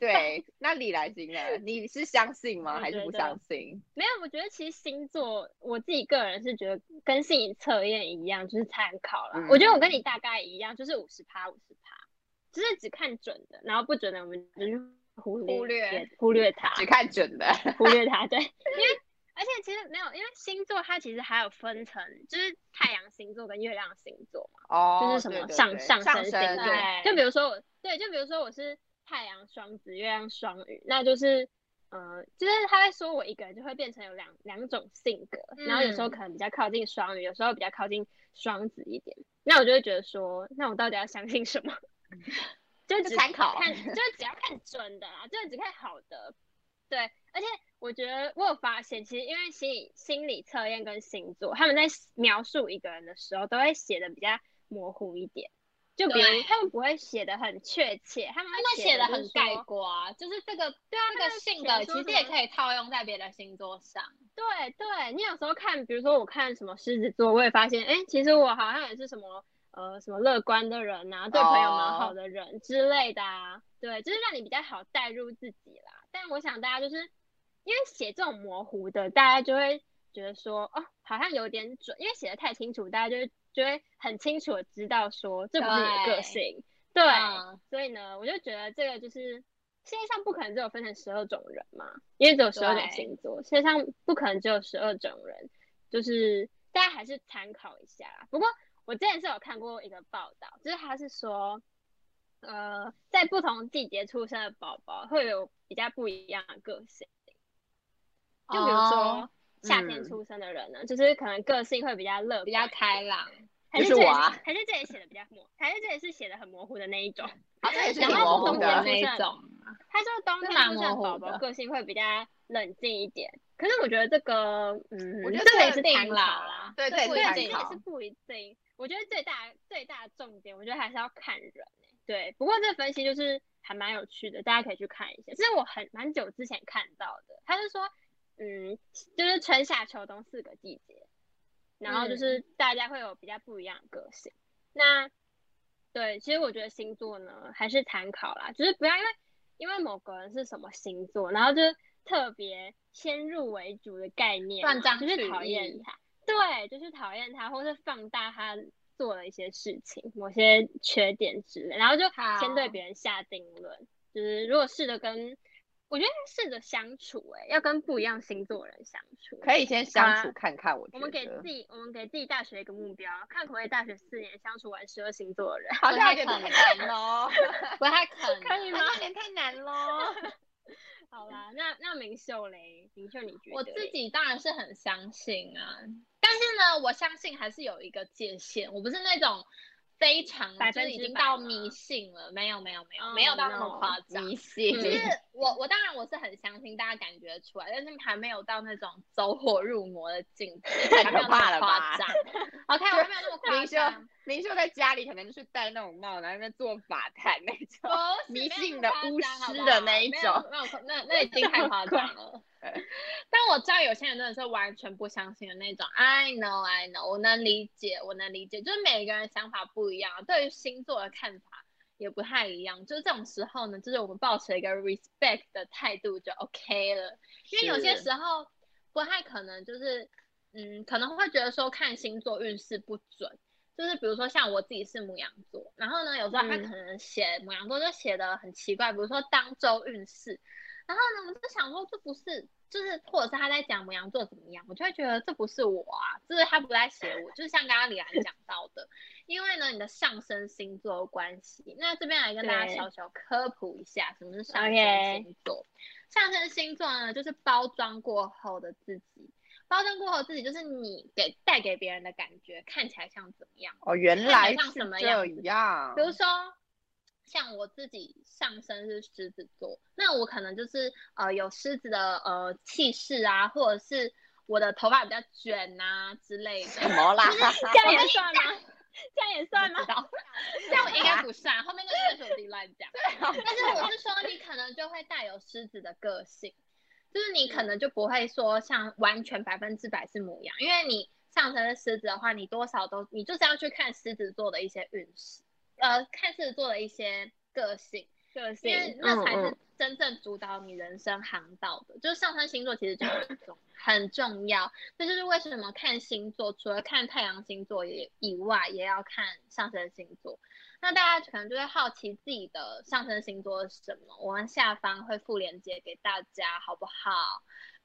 [SPEAKER 2] 对，那李兰心呢？你是相信吗？
[SPEAKER 3] 我
[SPEAKER 2] 还是
[SPEAKER 3] 觉
[SPEAKER 2] 不
[SPEAKER 3] 得
[SPEAKER 2] 相信？
[SPEAKER 3] 没有，我觉得其实星座，我自己个人是觉得跟心理测验一样，就是参考啦。
[SPEAKER 2] 嗯
[SPEAKER 3] 我觉得我跟你大概一样，就是五十趴，五十趴，就是只看准的，然后不准的我们就是忽
[SPEAKER 1] 忽略
[SPEAKER 3] 忽略它，
[SPEAKER 2] 只看准的。
[SPEAKER 3] 忽略它。 对，因为而且其实没有，因为星座它其实还有分成，就是太阳星座跟月亮星座嘛，
[SPEAKER 2] 哦，
[SPEAKER 3] 就是什
[SPEAKER 2] 对
[SPEAKER 3] 么
[SPEAKER 2] 对
[SPEAKER 3] 上
[SPEAKER 2] 对
[SPEAKER 3] 上
[SPEAKER 2] 上
[SPEAKER 3] 升星
[SPEAKER 2] 升
[SPEAKER 3] 座
[SPEAKER 2] 对
[SPEAKER 1] 对
[SPEAKER 3] 就比如说我，对，就比如说我是太阳双子，月亮双鱼，那就是，呃，就是他在说我一个人就会变成有两两种性格，然后有时候
[SPEAKER 1] 嗯
[SPEAKER 3] 可能比较靠近双鱼，有时候比较靠近双子一点，那我就会觉得说，那我到底要相信什么？ 就
[SPEAKER 2] 就
[SPEAKER 3] 只
[SPEAKER 2] 参考
[SPEAKER 3] 看，就只要看准的啦，就只看好的。对，而且我觉得我有发现，其实因为心理心理测验跟星座，他们在描述一个人的时候，都会写的比较模糊一点。就比如
[SPEAKER 1] 对
[SPEAKER 3] 他们不会写的很确切，他们
[SPEAKER 1] 他
[SPEAKER 3] 会
[SPEAKER 1] 们写
[SPEAKER 3] 的
[SPEAKER 1] 的很概括啊，就是这个对啊这
[SPEAKER 3] 他
[SPEAKER 1] 个
[SPEAKER 3] 们
[SPEAKER 1] 性
[SPEAKER 3] 写
[SPEAKER 1] 格
[SPEAKER 3] 说
[SPEAKER 1] 其
[SPEAKER 3] 什
[SPEAKER 1] 实也
[SPEAKER 3] 么
[SPEAKER 1] 可以套用在别的星座上。
[SPEAKER 3] 对对，你有时候看，比如说我看什么狮子座，我也发现，哎，其实我好像也是什么呃什么乐观的人啊，对朋友蛮好
[SPEAKER 2] 哦
[SPEAKER 3] 的人之类的啊。对，就是让你比较好带入自己啦。但我想大家就是因为写这种模糊的，大家就会觉得说，哦，好像有点准，因为写的太清楚，大家就会就会很清楚的知道说这不是你的
[SPEAKER 1] 对
[SPEAKER 3] 个性。对，
[SPEAKER 1] 嗯
[SPEAKER 3] 所以呢，我就觉得这个就是世界上不可能只有分成十二种人嘛，因为只有十二种
[SPEAKER 1] 对
[SPEAKER 3] 星座，世界上不可能只有十二种人，就是大家还是参考一下啦。不过我之前是有看过一个报道，就是他是说，呃，在不同季节出生的宝宝会有比较不一样的个性，就比如说
[SPEAKER 1] 哦
[SPEAKER 3] 夏天
[SPEAKER 2] 嗯
[SPEAKER 3] 出生的人呢，就是可能个性会比较乐观一点，
[SPEAKER 1] 比较开朗，
[SPEAKER 3] 还
[SPEAKER 2] 就是
[SPEAKER 3] 这里
[SPEAKER 2] 我啊
[SPEAKER 3] 还是这里写的比较模，还是这里是写的很模糊的那一种。
[SPEAKER 2] 好像也是
[SPEAKER 3] 然
[SPEAKER 2] 挺
[SPEAKER 3] 后
[SPEAKER 2] 模
[SPEAKER 3] 是
[SPEAKER 2] 糊
[SPEAKER 3] 冬天
[SPEAKER 2] 的啊
[SPEAKER 3] 出。
[SPEAKER 1] 那
[SPEAKER 3] 生
[SPEAKER 1] 一种，
[SPEAKER 3] 他说冬
[SPEAKER 1] 是
[SPEAKER 3] 天
[SPEAKER 1] 蛮
[SPEAKER 3] 出生的
[SPEAKER 1] 模糊
[SPEAKER 3] 宝宝
[SPEAKER 1] 的
[SPEAKER 3] 个性会比较冷静一点，可是我觉得这个，嗯，
[SPEAKER 2] 我觉得
[SPEAKER 3] 这个
[SPEAKER 2] 这
[SPEAKER 3] 也
[SPEAKER 2] 个
[SPEAKER 3] 是参
[SPEAKER 1] 很看
[SPEAKER 3] 考啦
[SPEAKER 1] 啦，
[SPEAKER 2] 对
[SPEAKER 1] 这
[SPEAKER 2] 对
[SPEAKER 1] 不
[SPEAKER 3] 对，
[SPEAKER 1] 一
[SPEAKER 2] 参
[SPEAKER 3] 这
[SPEAKER 1] 定
[SPEAKER 3] 也
[SPEAKER 2] 考
[SPEAKER 3] 是不一定。我觉得最大最大的重点，我觉得还是要看人、欸、对，不过这分析就是还蛮有趣的，大家可以去看一下。这是我很蛮久之前看到的，他是说，嗯，就是春夏秋冬四个季节，然
[SPEAKER 1] 嗯
[SPEAKER 3] 后就是大家会有比较不一样的个性。那对，其实我觉得星座呢还是参考啦，就是不要因为因为某个人是什么星座，然后就特别先入为主的概念嘛，
[SPEAKER 1] 断章
[SPEAKER 3] 就是
[SPEAKER 1] 取
[SPEAKER 3] 讨厌
[SPEAKER 1] 义
[SPEAKER 3] 他，对，就是讨厌他，或是放大他做的一些事情、某些缺点之类，然后就先对
[SPEAKER 1] 好
[SPEAKER 3] 别人下定论，就是如果试着跟，我觉得试着相处、欸，要跟不一样星座的人相处，
[SPEAKER 2] 可以先相
[SPEAKER 3] 啊
[SPEAKER 2] 处看看，我觉得。
[SPEAKER 3] 我们给自己，我们给自己大学一个目标，看可不可以大学四年相处完十二星座的人。
[SPEAKER 2] 好
[SPEAKER 1] 不
[SPEAKER 2] 像有
[SPEAKER 1] 太
[SPEAKER 2] 点
[SPEAKER 1] 可
[SPEAKER 2] 太
[SPEAKER 1] 能喽，不太可能，
[SPEAKER 3] 可以吗
[SPEAKER 1] 好像有点太难喽。
[SPEAKER 3] 好啦，那那明秀嘞，明秀你觉得？
[SPEAKER 1] 我自，己当然是很相信啊，但是呢，我相信还是有一个界限，我不是那种非常
[SPEAKER 3] 百
[SPEAKER 1] 就
[SPEAKER 3] 分
[SPEAKER 1] 是
[SPEAKER 3] 之
[SPEAKER 1] 已经
[SPEAKER 3] 百
[SPEAKER 1] 到
[SPEAKER 3] 吗
[SPEAKER 1] 迷信了，没有没有没有、
[SPEAKER 3] Oh
[SPEAKER 1] 没有到那么
[SPEAKER 3] no
[SPEAKER 1] 夸张。
[SPEAKER 2] 迷信，
[SPEAKER 1] 就是 我，我当然我是很相信大家感觉得出来，但是还没有到那种走火入魔的境界，
[SPEAKER 2] 太
[SPEAKER 1] 还没
[SPEAKER 2] 可
[SPEAKER 1] 有
[SPEAKER 2] 怕
[SPEAKER 1] 那么
[SPEAKER 2] 了
[SPEAKER 1] 夸
[SPEAKER 2] 吧
[SPEAKER 1] 张。OK，我还没有那么夸
[SPEAKER 2] 明秀
[SPEAKER 1] 张，
[SPEAKER 2] 明秀在家里可能就是戴那种帽，然后在那边做法坛那
[SPEAKER 1] 不
[SPEAKER 2] 种。
[SPEAKER 1] 是
[SPEAKER 2] 迷
[SPEAKER 1] 没有
[SPEAKER 2] 信
[SPEAKER 1] 那
[SPEAKER 2] 的
[SPEAKER 1] 么夸
[SPEAKER 2] 巫
[SPEAKER 1] 张好
[SPEAKER 2] 师
[SPEAKER 1] 不
[SPEAKER 2] 的
[SPEAKER 1] 好
[SPEAKER 2] 那一
[SPEAKER 1] 没有
[SPEAKER 2] 种
[SPEAKER 1] 没有那那已经太夸张 了。但我知道有些人真的是完全不相信的那种，I know I know，我能理解，我能理解，就是每个人想法不一样，对于星座的看法也不太一样。就是这种时候呢，就是我们保持一个 respect 的态度就 OK 了，因为有些
[SPEAKER 2] 是
[SPEAKER 1] 时候不太可能就是，嗯，可能会觉得说看星座运势不准。就是比如说像我自己是母羊座，然后呢，有时候他
[SPEAKER 3] 嗯
[SPEAKER 1] 可能写母羊座就写的很奇怪，比如说当周运势，然后呢，我就想说这不是，就是或者是他在讲母羊座怎么样，我就会觉得这不是我啊，就是他不在写我，就是像刚刚李兰讲到的，因为呢你的上升星座有关系，那这边来跟大家
[SPEAKER 3] 对
[SPEAKER 1] 小小科普一下什么是上
[SPEAKER 3] OK
[SPEAKER 1] 升星座。上升星座呢，就是包装过后的自己，包装过后的自己就是你给带给别人的感觉，看起来像怎么样？
[SPEAKER 2] 哦，原
[SPEAKER 1] 看起来
[SPEAKER 2] 来
[SPEAKER 1] 像
[SPEAKER 2] 是
[SPEAKER 1] 什么
[SPEAKER 2] 这
[SPEAKER 1] 样子
[SPEAKER 2] 样
[SPEAKER 1] 比。如说，像我自己上身是狮子座，那我可能就是呃有狮子的呃气势啊，或者是我的头发比较卷啊之类
[SPEAKER 2] 什
[SPEAKER 1] 的。
[SPEAKER 2] 么啦？
[SPEAKER 3] 这样也算吗？这样也算
[SPEAKER 1] 不
[SPEAKER 3] 吗
[SPEAKER 1] 知？道，但我应该不算，后面那个就是我自己乱讲。但是我是说，你可能就会带有狮子的个性，就是你可能就不会说像完全百分之百是母羊，因为你上升是狮子的话，你多少都你就是要去看狮子座的一些运势，呃，看狮子座的一些个性，
[SPEAKER 3] 个
[SPEAKER 1] 因为
[SPEAKER 3] 性，
[SPEAKER 1] 那才
[SPEAKER 3] 嗯
[SPEAKER 1] 是真正主导你人生航道的。就是上升星座其实就很重很重要，这就是为什么看星座，除了看太阳星座也以外，也要看上升星座。那大家可能就会好奇自己的上升星座是什么，我们下方会附链接给大家，好不好？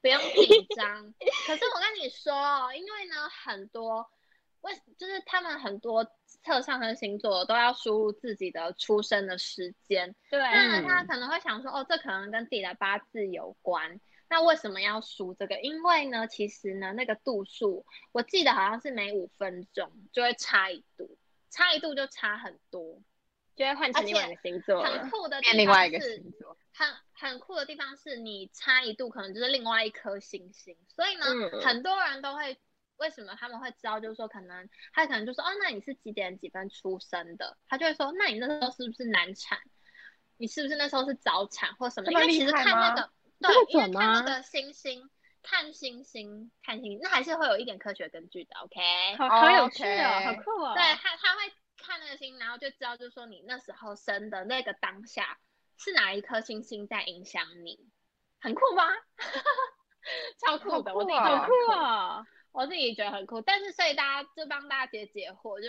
[SPEAKER 1] 不用紧张。可是我跟你说哦，因为呢，很多为就是他们很多测上升星座都要输入自己的出生的时间，
[SPEAKER 3] 对，
[SPEAKER 1] 那
[SPEAKER 2] 嗯
[SPEAKER 1] 他可能会想说，哦，这可能跟自己的八字有关。那为什么要数这个？因为呢，其实呢，那个度数，我记得好像是每五分钟就会差一度，差一度就差很多。
[SPEAKER 3] 就会换
[SPEAKER 1] 而
[SPEAKER 3] 成另
[SPEAKER 1] 且
[SPEAKER 3] 外一个星座
[SPEAKER 1] 很
[SPEAKER 3] 了。
[SPEAKER 1] 酷的地
[SPEAKER 2] 变
[SPEAKER 1] 方
[SPEAKER 2] 另外一个
[SPEAKER 1] 是
[SPEAKER 2] 星，座，
[SPEAKER 1] 很很酷的地方是你差一度可能就是另外一颗星星，所以呢，
[SPEAKER 3] 嗯
[SPEAKER 1] 很多人都会为什么他们会知道，就是说可能他可能就说哦，那你是几点几分出生的？他就会说，那你那时候是不是难产？你是不是那时候是早产或什么？
[SPEAKER 2] 这
[SPEAKER 1] 因
[SPEAKER 2] 么
[SPEAKER 1] 为其
[SPEAKER 2] 厉
[SPEAKER 1] 实
[SPEAKER 2] 害
[SPEAKER 1] 看那
[SPEAKER 2] 吗
[SPEAKER 1] 个
[SPEAKER 3] 这
[SPEAKER 1] 对因
[SPEAKER 3] 么，
[SPEAKER 1] 为
[SPEAKER 3] 准
[SPEAKER 1] 看那
[SPEAKER 3] 吗
[SPEAKER 1] 个星星，看星星，看星星，那还是会有一点科学根据的，OK？
[SPEAKER 3] 好
[SPEAKER 2] 哦
[SPEAKER 3] 好有趣哦，
[SPEAKER 2] ，OK
[SPEAKER 3] 好酷哦。
[SPEAKER 1] 对他他会看那个星，然后就知道，就是说你那时候生的那个当下是哪一颗星星在影响你，很酷吧？ 超酷的，我
[SPEAKER 2] 好酷
[SPEAKER 1] 自己觉得
[SPEAKER 2] 哦
[SPEAKER 3] 好
[SPEAKER 1] 很
[SPEAKER 3] 酷哦。
[SPEAKER 1] 我自己觉得很酷。但是所以大家就帮大家解解惑，就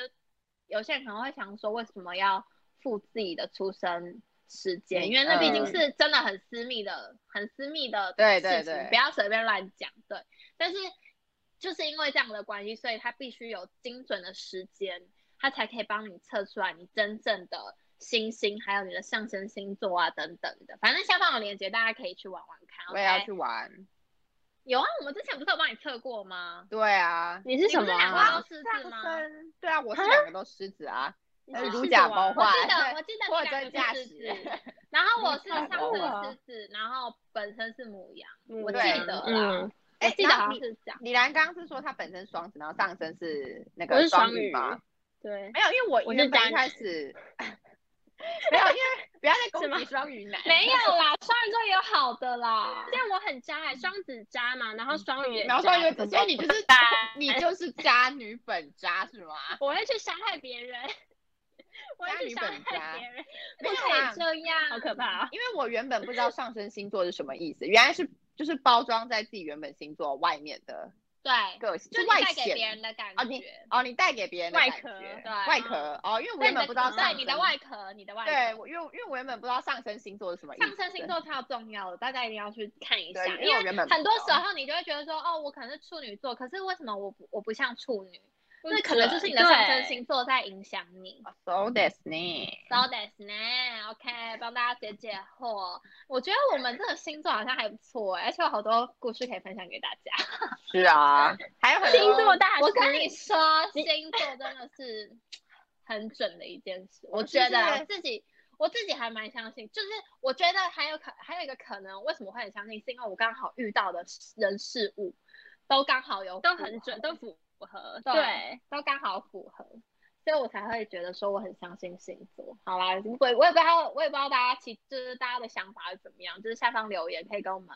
[SPEAKER 1] 有些人可能会想说，为什么要附自己的出生时间？
[SPEAKER 2] 嗯
[SPEAKER 1] 因为那毕竟
[SPEAKER 2] 嗯
[SPEAKER 1] 是真的很私密的、很私密的
[SPEAKER 2] 对
[SPEAKER 1] 事
[SPEAKER 2] 对
[SPEAKER 1] 情，
[SPEAKER 2] 对
[SPEAKER 1] 不要随便乱讲。对，但是就是因为这样的关系，所以它必须有精准的时间，它才可以帮你测出来你真正的。星星，还有你的上升星座啊，等等的，反正下方有链接，大家可以去玩玩看。
[SPEAKER 2] 我也要
[SPEAKER 1] OK？
[SPEAKER 2] 去玩。
[SPEAKER 1] 有啊，我们之前不是有帮你测过吗？
[SPEAKER 2] 对啊，
[SPEAKER 3] 你是什么
[SPEAKER 1] 你不是两
[SPEAKER 3] 啊
[SPEAKER 1] 个？都狮
[SPEAKER 2] 上
[SPEAKER 1] 子吗？
[SPEAKER 2] 升，对啊，我是
[SPEAKER 3] 啊
[SPEAKER 2] 两个都狮子啊，
[SPEAKER 3] 你
[SPEAKER 2] 呃如
[SPEAKER 3] 是狮子
[SPEAKER 2] 假包
[SPEAKER 3] 王
[SPEAKER 1] 我
[SPEAKER 2] 换
[SPEAKER 1] 记
[SPEAKER 2] 对
[SPEAKER 1] 得我记得
[SPEAKER 2] 货
[SPEAKER 1] 你
[SPEAKER 2] 真
[SPEAKER 1] 两
[SPEAKER 2] 价
[SPEAKER 1] 个是
[SPEAKER 2] 实
[SPEAKER 1] 狮。子，然后我是
[SPEAKER 2] 你看
[SPEAKER 1] 上次
[SPEAKER 2] 我
[SPEAKER 1] 是狮子，然后本身是母羊，我记
[SPEAKER 2] 对
[SPEAKER 1] 得啦，
[SPEAKER 3] 嗯，
[SPEAKER 1] 我
[SPEAKER 2] 哎
[SPEAKER 1] 记得
[SPEAKER 2] 然
[SPEAKER 1] 好
[SPEAKER 2] 后
[SPEAKER 1] 像
[SPEAKER 2] 你
[SPEAKER 1] 是这样。
[SPEAKER 2] 李兰刚刚是说她本身双子，然后上身是那
[SPEAKER 3] 我
[SPEAKER 2] 个
[SPEAKER 3] 是双
[SPEAKER 2] 鱼
[SPEAKER 3] 鱼
[SPEAKER 2] 吗？
[SPEAKER 3] 对，
[SPEAKER 2] 没有，因为我
[SPEAKER 3] 我是
[SPEAKER 2] 原本
[SPEAKER 3] 渣
[SPEAKER 2] 一
[SPEAKER 3] 女
[SPEAKER 2] 开始 没有，因为不要再
[SPEAKER 3] 是
[SPEAKER 2] 攻
[SPEAKER 3] 吗
[SPEAKER 2] 击双鱼男，
[SPEAKER 1] 没有啦，双鱼座也有好的啦。
[SPEAKER 3] 这样我很渣欸，双子渣嘛，然后双鱼也
[SPEAKER 2] 然后双鱼
[SPEAKER 3] 渣
[SPEAKER 2] 就
[SPEAKER 3] 怎
[SPEAKER 2] 所以
[SPEAKER 3] 么
[SPEAKER 2] 你就是啊
[SPEAKER 3] 办
[SPEAKER 2] 你就是渣女本渣是吗？
[SPEAKER 3] 我会去伤害别人，我
[SPEAKER 2] 渣
[SPEAKER 3] 会去
[SPEAKER 2] 女
[SPEAKER 3] 伤
[SPEAKER 2] 本渣
[SPEAKER 3] 害别人，
[SPEAKER 1] 不
[SPEAKER 2] 没有
[SPEAKER 1] 可
[SPEAKER 2] 啦
[SPEAKER 1] 以这样，
[SPEAKER 3] 好可怕啊！
[SPEAKER 2] 因为我原本不知道上升星座是什么意思，原来是就是包装在自己原本星座外面的
[SPEAKER 1] 对，
[SPEAKER 2] 个性，
[SPEAKER 1] 就
[SPEAKER 2] 就
[SPEAKER 1] 你
[SPEAKER 2] 外
[SPEAKER 1] 带给别
[SPEAKER 2] 显
[SPEAKER 1] 人的感
[SPEAKER 2] 哦，你
[SPEAKER 1] 觉，
[SPEAKER 2] 哦，你带给别人的
[SPEAKER 3] 外
[SPEAKER 2] 感
[SPEAKER 3] 壳
[SPEAKER 2] 觉
[SPEAKER 1] 对
[SPEAKER 2] 外
[SPEAKER 1] 嗯
[SPEAKER 2] 壳哦，因为我
[SPEAKER 1] 对
[SPEAKER 2] 原
[SPEAKER 1] 你
[SPEAKER 2] 本
[SPEAKER 1] 的
[SPEAKER 2] 不知道
[SPEAKER 1] 对
[SPEAKER 2] 上
[SPEAKER 1] 你的
[SPEAKER 2] 升
[SPEAKER 1] 外壳，你的外
[SPEAKER 2] 对，
[SPEAKER 1] 壳。
[SPEAKER 2] 我因为因为我原本不知道上升星座是什么意思。
[SPEAKER 1] 上升星座超重要的，大家一定要去看一下，
[SPEAKER 2] 对，因
[SPEAKER 1] 因
[SPEAKER 2] 我原本不
[SPEAKER 1] 很多
[SPEAKER 2] 知
[SPEAKER 1] 时
[SPEAKER 2] 道
[SPEAKER 1] 候你就会觉得说，哦，我可能是处女座，可是为什么我不我不像处女？
[SPEAKER 3] 不
[SPEAKER 1] 那可能就是
[SPEAKER 3] 准
[SPEAKER 1] 你的上升
[SPEAKER 3] 对
[SPEAKER 1] 星座在影响你。
[SPEAKER 2] 啊 So that's me。
[SPEAKER 1] So that's n OK，帮大家解解惑。我觉得我们这个星座好像还不错、欸而且有好多故事可以分享给大家。
[SPEAKER 2] 是啊，还有很
[SPEAKER 3] 星
[SPEAKER 2] 多
[SPEAKER 3] 座大师，
[SPEAKER 1] 我跟你说，
[SPEAKER 3] 你
[SPEAKER 1] 星座真的是很准的一件事，我
[SPEAKER 2] 是
[SPEAKER 1] 觉得啦
[SPEAKER 2] 不
[SPEAKER 1] 我自己我自己还蛮相信，就是我觉得还有可还有一个可能，为什么会很相信，是因为我刚好遇到的人事物都刚好有
[SPEAKER 3] 都
[SPEAKER 1] 符
[SPEAKER 3] 很准，
[SPEAKER 1] 合
[SPEAKER 3] 都符合，
[SPEAKER 1] 对
[SPEAKER 3] 对，
[SPEAKER 1] 都刚好符合。所以我才会觉得说我很相信星座。好啦，如果我也不知道，我也不知道大家其就是大家的想法是怎么样，就是下方留言可以跟我们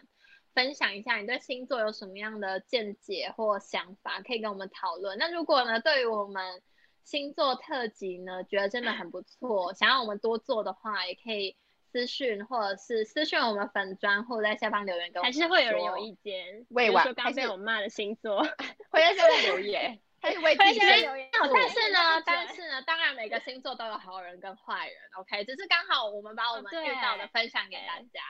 [SPEAKER 1] 分享一下你对星座有什么样的见解或想法，可以跟我们讨论。那如果呢，对于我们星座特辑呢，觉得真的很不错，想要我们多做的话，也可以私讯或者是私讯我们粉砖，或者在下方留言跟我
[SPEAKER 3] 还
[SPEAKER 1] 们
[SPEAKER 3] 是会有人有
[SPEAKER 1] 说
[SPEAKER 3] 意见，
[SPEAKER 2] 未
[SPEAKER 3] 比如
[SPEAKER 2] 完
[SPEAKER 3] 说
[SPEAKER 2] 还
[SPEAKER 3] 刚
[SPEAKER 2] 是
[SPEAKER 3] 被我骂的星 座，
[SPEAKER 2] 会在下面留言，他是为
[SPEAKER 3] 会
[SPEAKER 2] 自
[SPEAKER 3] 在
[SPEAKER 2] 己
[SPEAKER 3] 下面
[SPEAKER 2] 的
[SPEAKER 3] 留言
[SPEAKER 1] 没有，
[SPEAKER 2] 对
[SPEAKER 1] 但是呢，但
[SPEAKER 3] 对
[SPEAKER 1] 是呢，当然每个星座都有好人跟坏人，OK，只是刚好我们把我
[SPEAKER 3] 哦
[SPEAKER 1] 们
[SPEAKER 3] 对
[SPEAKER 1] 遇到的分享给大家。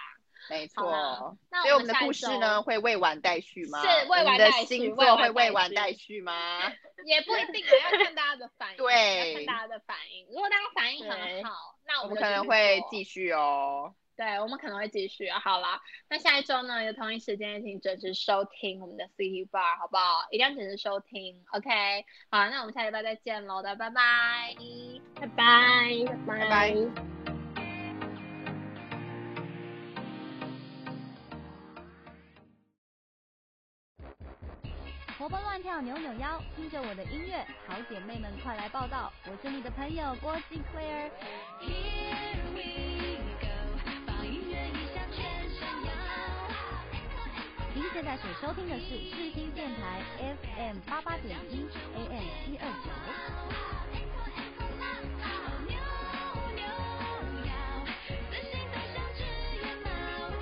[SPEAKER 2] 没
[SPEAKER 1] 好啦
[SPEAKER 2] 错。
[SPEAKER 1] 那
[SPEAKER 2] 所以我们的
[SPEAKER 1] 下一
[SPEAKER 2] 故事
[SPEAKER 1] 周
[SPEAKER 2] 呢，会未完待续吗？
[SPEAKER 1] 是
[SPEAKER 2] 我
[SPEAKER 1] 未
[SPEAKER 2] 们
[SPEAKER 1] 完
[SPEAKER 2] 的
[SPEAKER 1] 待续
[SPEAKER 2] 星
[SPEAKER 1] 未
[SPEAKER 2] 座
[SPEAKER 1] 完
[SPEAKER 2] 会
[SPEAKER 1] 待
[SPEAKER 2] 未完
[SPEAKER 1] 续
[SPEAKER 2] 待续吗？
[SPEAKER 1] 也不一定啊，要看大家的反应，
[SPEAKER 2] 对
[SPEAKER 1] 要看大家的反应。如果大家反应很
[SPEAKER 3] 对
[SPEAKER 1] 好，那
[SPEAKER 2] 我
[SPEAKER 1] 们
[SPEAKER 2] 们
[SPEAKER 1] 就
[SPEAKER 2] 可
[SPEAKER 1] 继
[SPEAKER 2] 能
[SPEAKER 1] 续
[SPEAKER 2] 会
[SPEAKER 1] 做
[SPEAKER 2] 继续哦。
[SPEAKER 1] 对，我们可能会继续。好啦，那下一周呢，有同一时间请准时收听我们的 City Bar，好不好？一定要准时收听，OK？好，那我们下礼拜再见喽，大家拜拜。
[SPEAKER 3] 拜拜，拜
[SPEAKER 2] 拜拜。
[SPEAKER 4] 活蹦乱跳扭扭腰，听着我的音乐，好姐妹们快来报道！我是你的朋友郭靖 Claire。
[SPEAKER 5] Here we go，把音乐一向全闪耀。
[SPEAKER 4] 您现在所收听的是世新电台 FM 八八点一 AM 七二九。
[SPEAKER 5] 好扭扭腰，自信带上职业帽。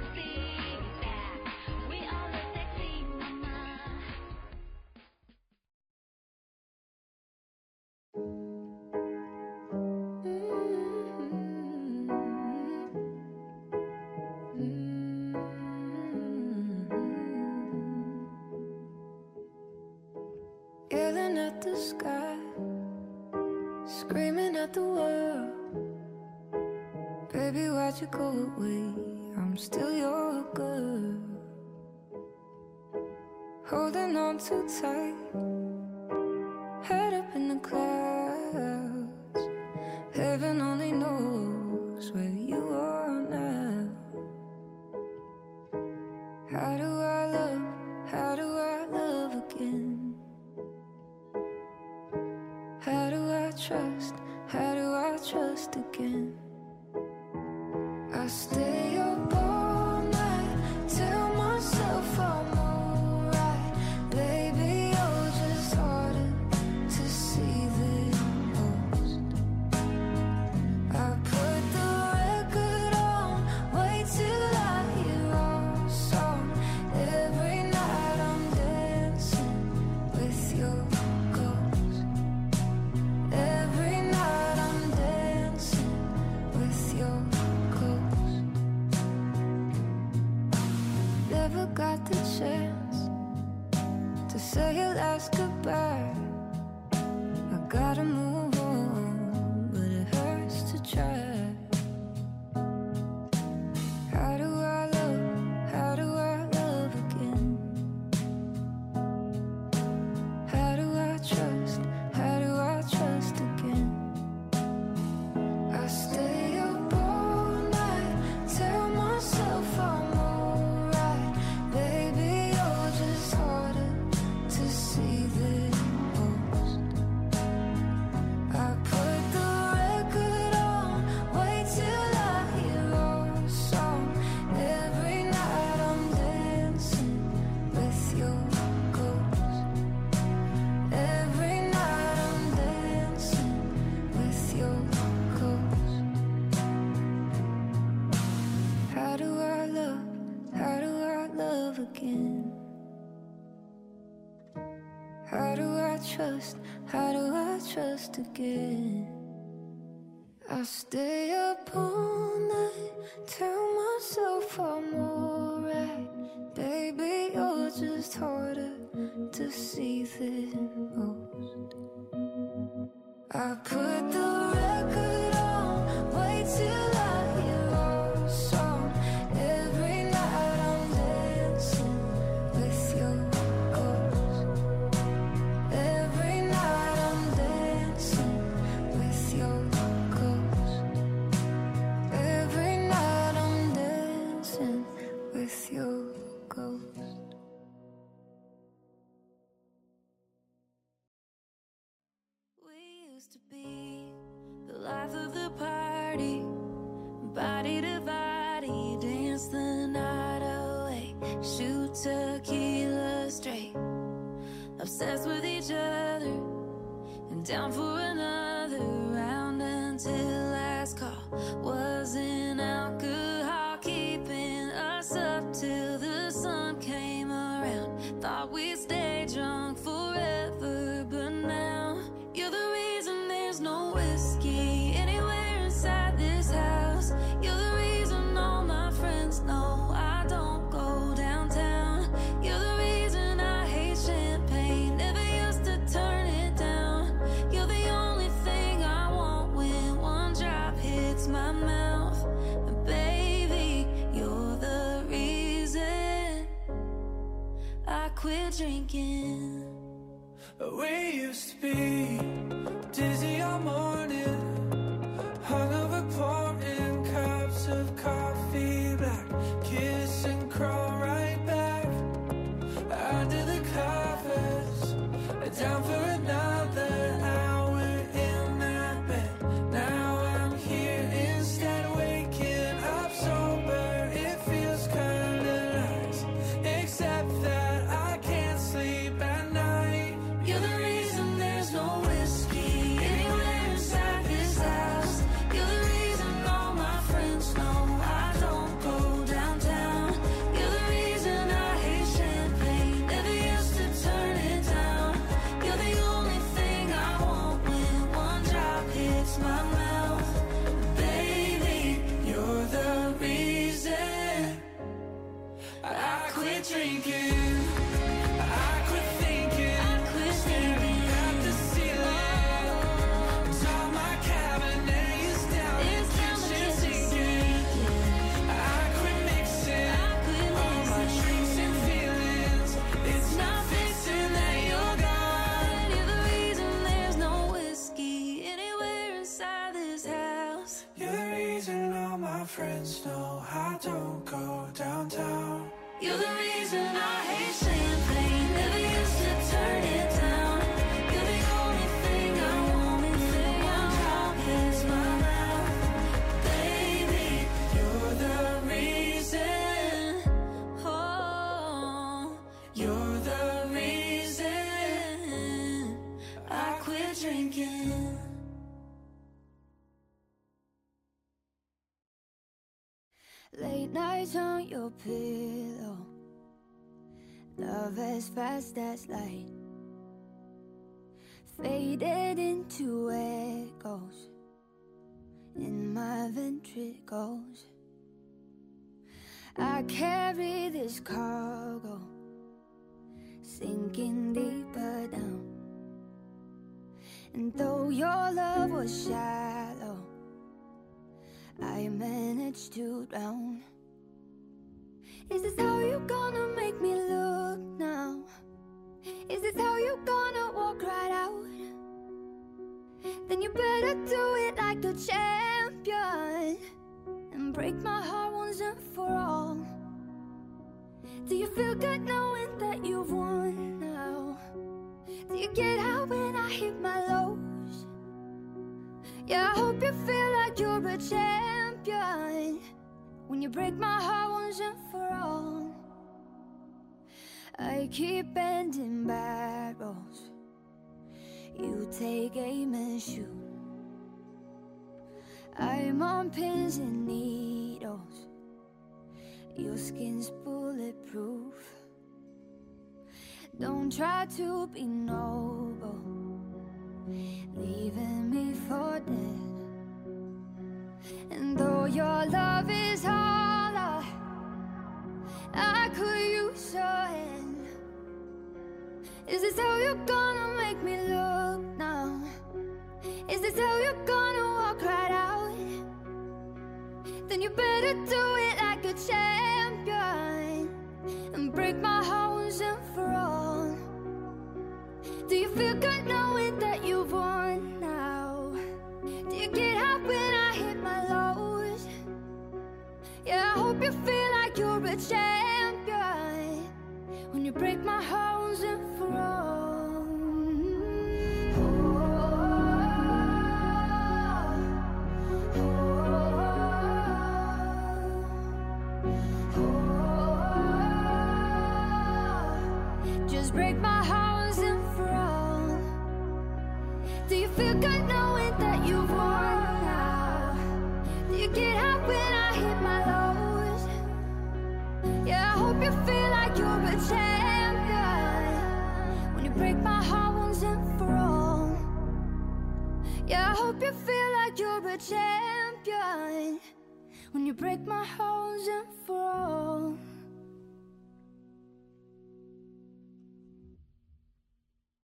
[SPEAKER 5] Sexy back，we are the sexy mama。
[SPEAKER 6] Mm-hmm. Yelling at the sky, screaming at the world. Baby, why'd you go away? I'm still your girl. Holding on too tight, head up in the clouds. Heaven only knows where you are now. How do I love? How do I love again? How do I trust? How do I trust again? I stay up all night, tell myself I'm alright. Baby, you're just harder to see than most. I put the record on, wait till I hear our song. Every night I'm dancing with your ghost. Every night I'm dancing with your ghost. Never got the chance to say your last goodbye. I gotta move on, but it hurts to try. How do I love? How do I love again? How do I trust? How do I trust again? I stay up all night, tell myself I'm alright. Baby, you're just harder to see than trust? How do I trust again? I stay up all night, tell myself I'm alright. Baby, you're just harder to see than most. I put the record on, wait till I hear our song. Every night I'm dancing with your ghost. Every night I'm dancing with your ghost. Every night I'm dancing with your ghost. We used to be the life of the party, body to body, dance the night away, shoot tequila straight, obsessed with each other, and down for another round until last call was in alcohol, keeping us up till the sun came around. Thought we'd stay drunk forever, but now. You're the reason there's no whiskey anywhere inside this house. You're the reason all my friends know I don't go downtown. You're the reason I hate champagne, never used to turn it down. You're the only thing I want when one drop hits my mouth. And baby, you're the reason I quit drinking.
[SPEAKER 7] We used to be dizzy all morning, hungover pouring cups of coffee, black kiss and crawl right back under the covers, down for another hour in that bed. Now I'm here instead, waking up sober. It feels kinda nice, except that I can't sleep at night.
[SPEAKER 6] You're the reason there's no whiskey anywhere inside this house. You're the reason all my friends know I don't go downtown. You're the reason I hate champagne, never used to turn it down. You're the only thing I want when one drop hits my mouth. Baby, you're the reason
[SPEAKER 7] I quit drinking. I quit thinking. I quit staring at the ceiling. Saw my cabinet is down.
[SPEAKER 6] It's down the
[SPEAKER 7] kitchen
[SPEAKER 6] kitchen
[SPEAKER 7] sinking. I quit mixing all my drinks and feelings. It's not fixing that you're gone.
[SPEAKER 6] You're the reason there's no whiskey anywhere inside this house.
[SPEAKER 7] You're the reason all my friends know I don't go downtown.
[SPEAKER 6] You're the reason I hate champagne. Never used to turn it down. You're the only thing I want. Thing I want is my mouth, baby.
[SPEAKER 7] You're the reason.
[SPEAKER 6] Oh,
[SPEAKER 7] You're
[SPEAKER 6] the
[SPEAKER 7] the reason.
[SPEAKER 6] reason I quit drinking. Late nights on your pillow. Love as fast as light. Faded into echoes. In my ventricles. I carry this cargo. Sinking deeper down. And though your love was shallow. I managed to drown. Is this how you gonna make me look now? Is this how you gonna walk right out? Then you better do it like a champion and break my heart once and for all. Do you feel good knowing that you've won now? Do you get out when I hit my lows? Yeah, I hope you feel like you're a champion when you break my heart once and for all. I keep bending barrels. You take aim and shoot. I'm on pins and needles. Your skin's bulletproof. Don't try to be noble.
[SPEAKER 8] leaving me for dead. And though your love is all I, I could use your hand. Is this how you're gonna make me look now? Is this how you're gonna walk right out? Then you better do it like a champion and break my heart once and for all. Do you feel good knowing that you've won now? Do you get high when I hit my lows? Yeah, I hope you feel like you're a champion when you break my heart once and for all. Just break my heart once and for all. Do you feel good knowing that you've won now? Do you get high when I hit my lows? Yeah, I hope you feel like you're a champion when you break my heart once and for all. Yeah, I hope you feel like you're a champion when you break my heart once and for all.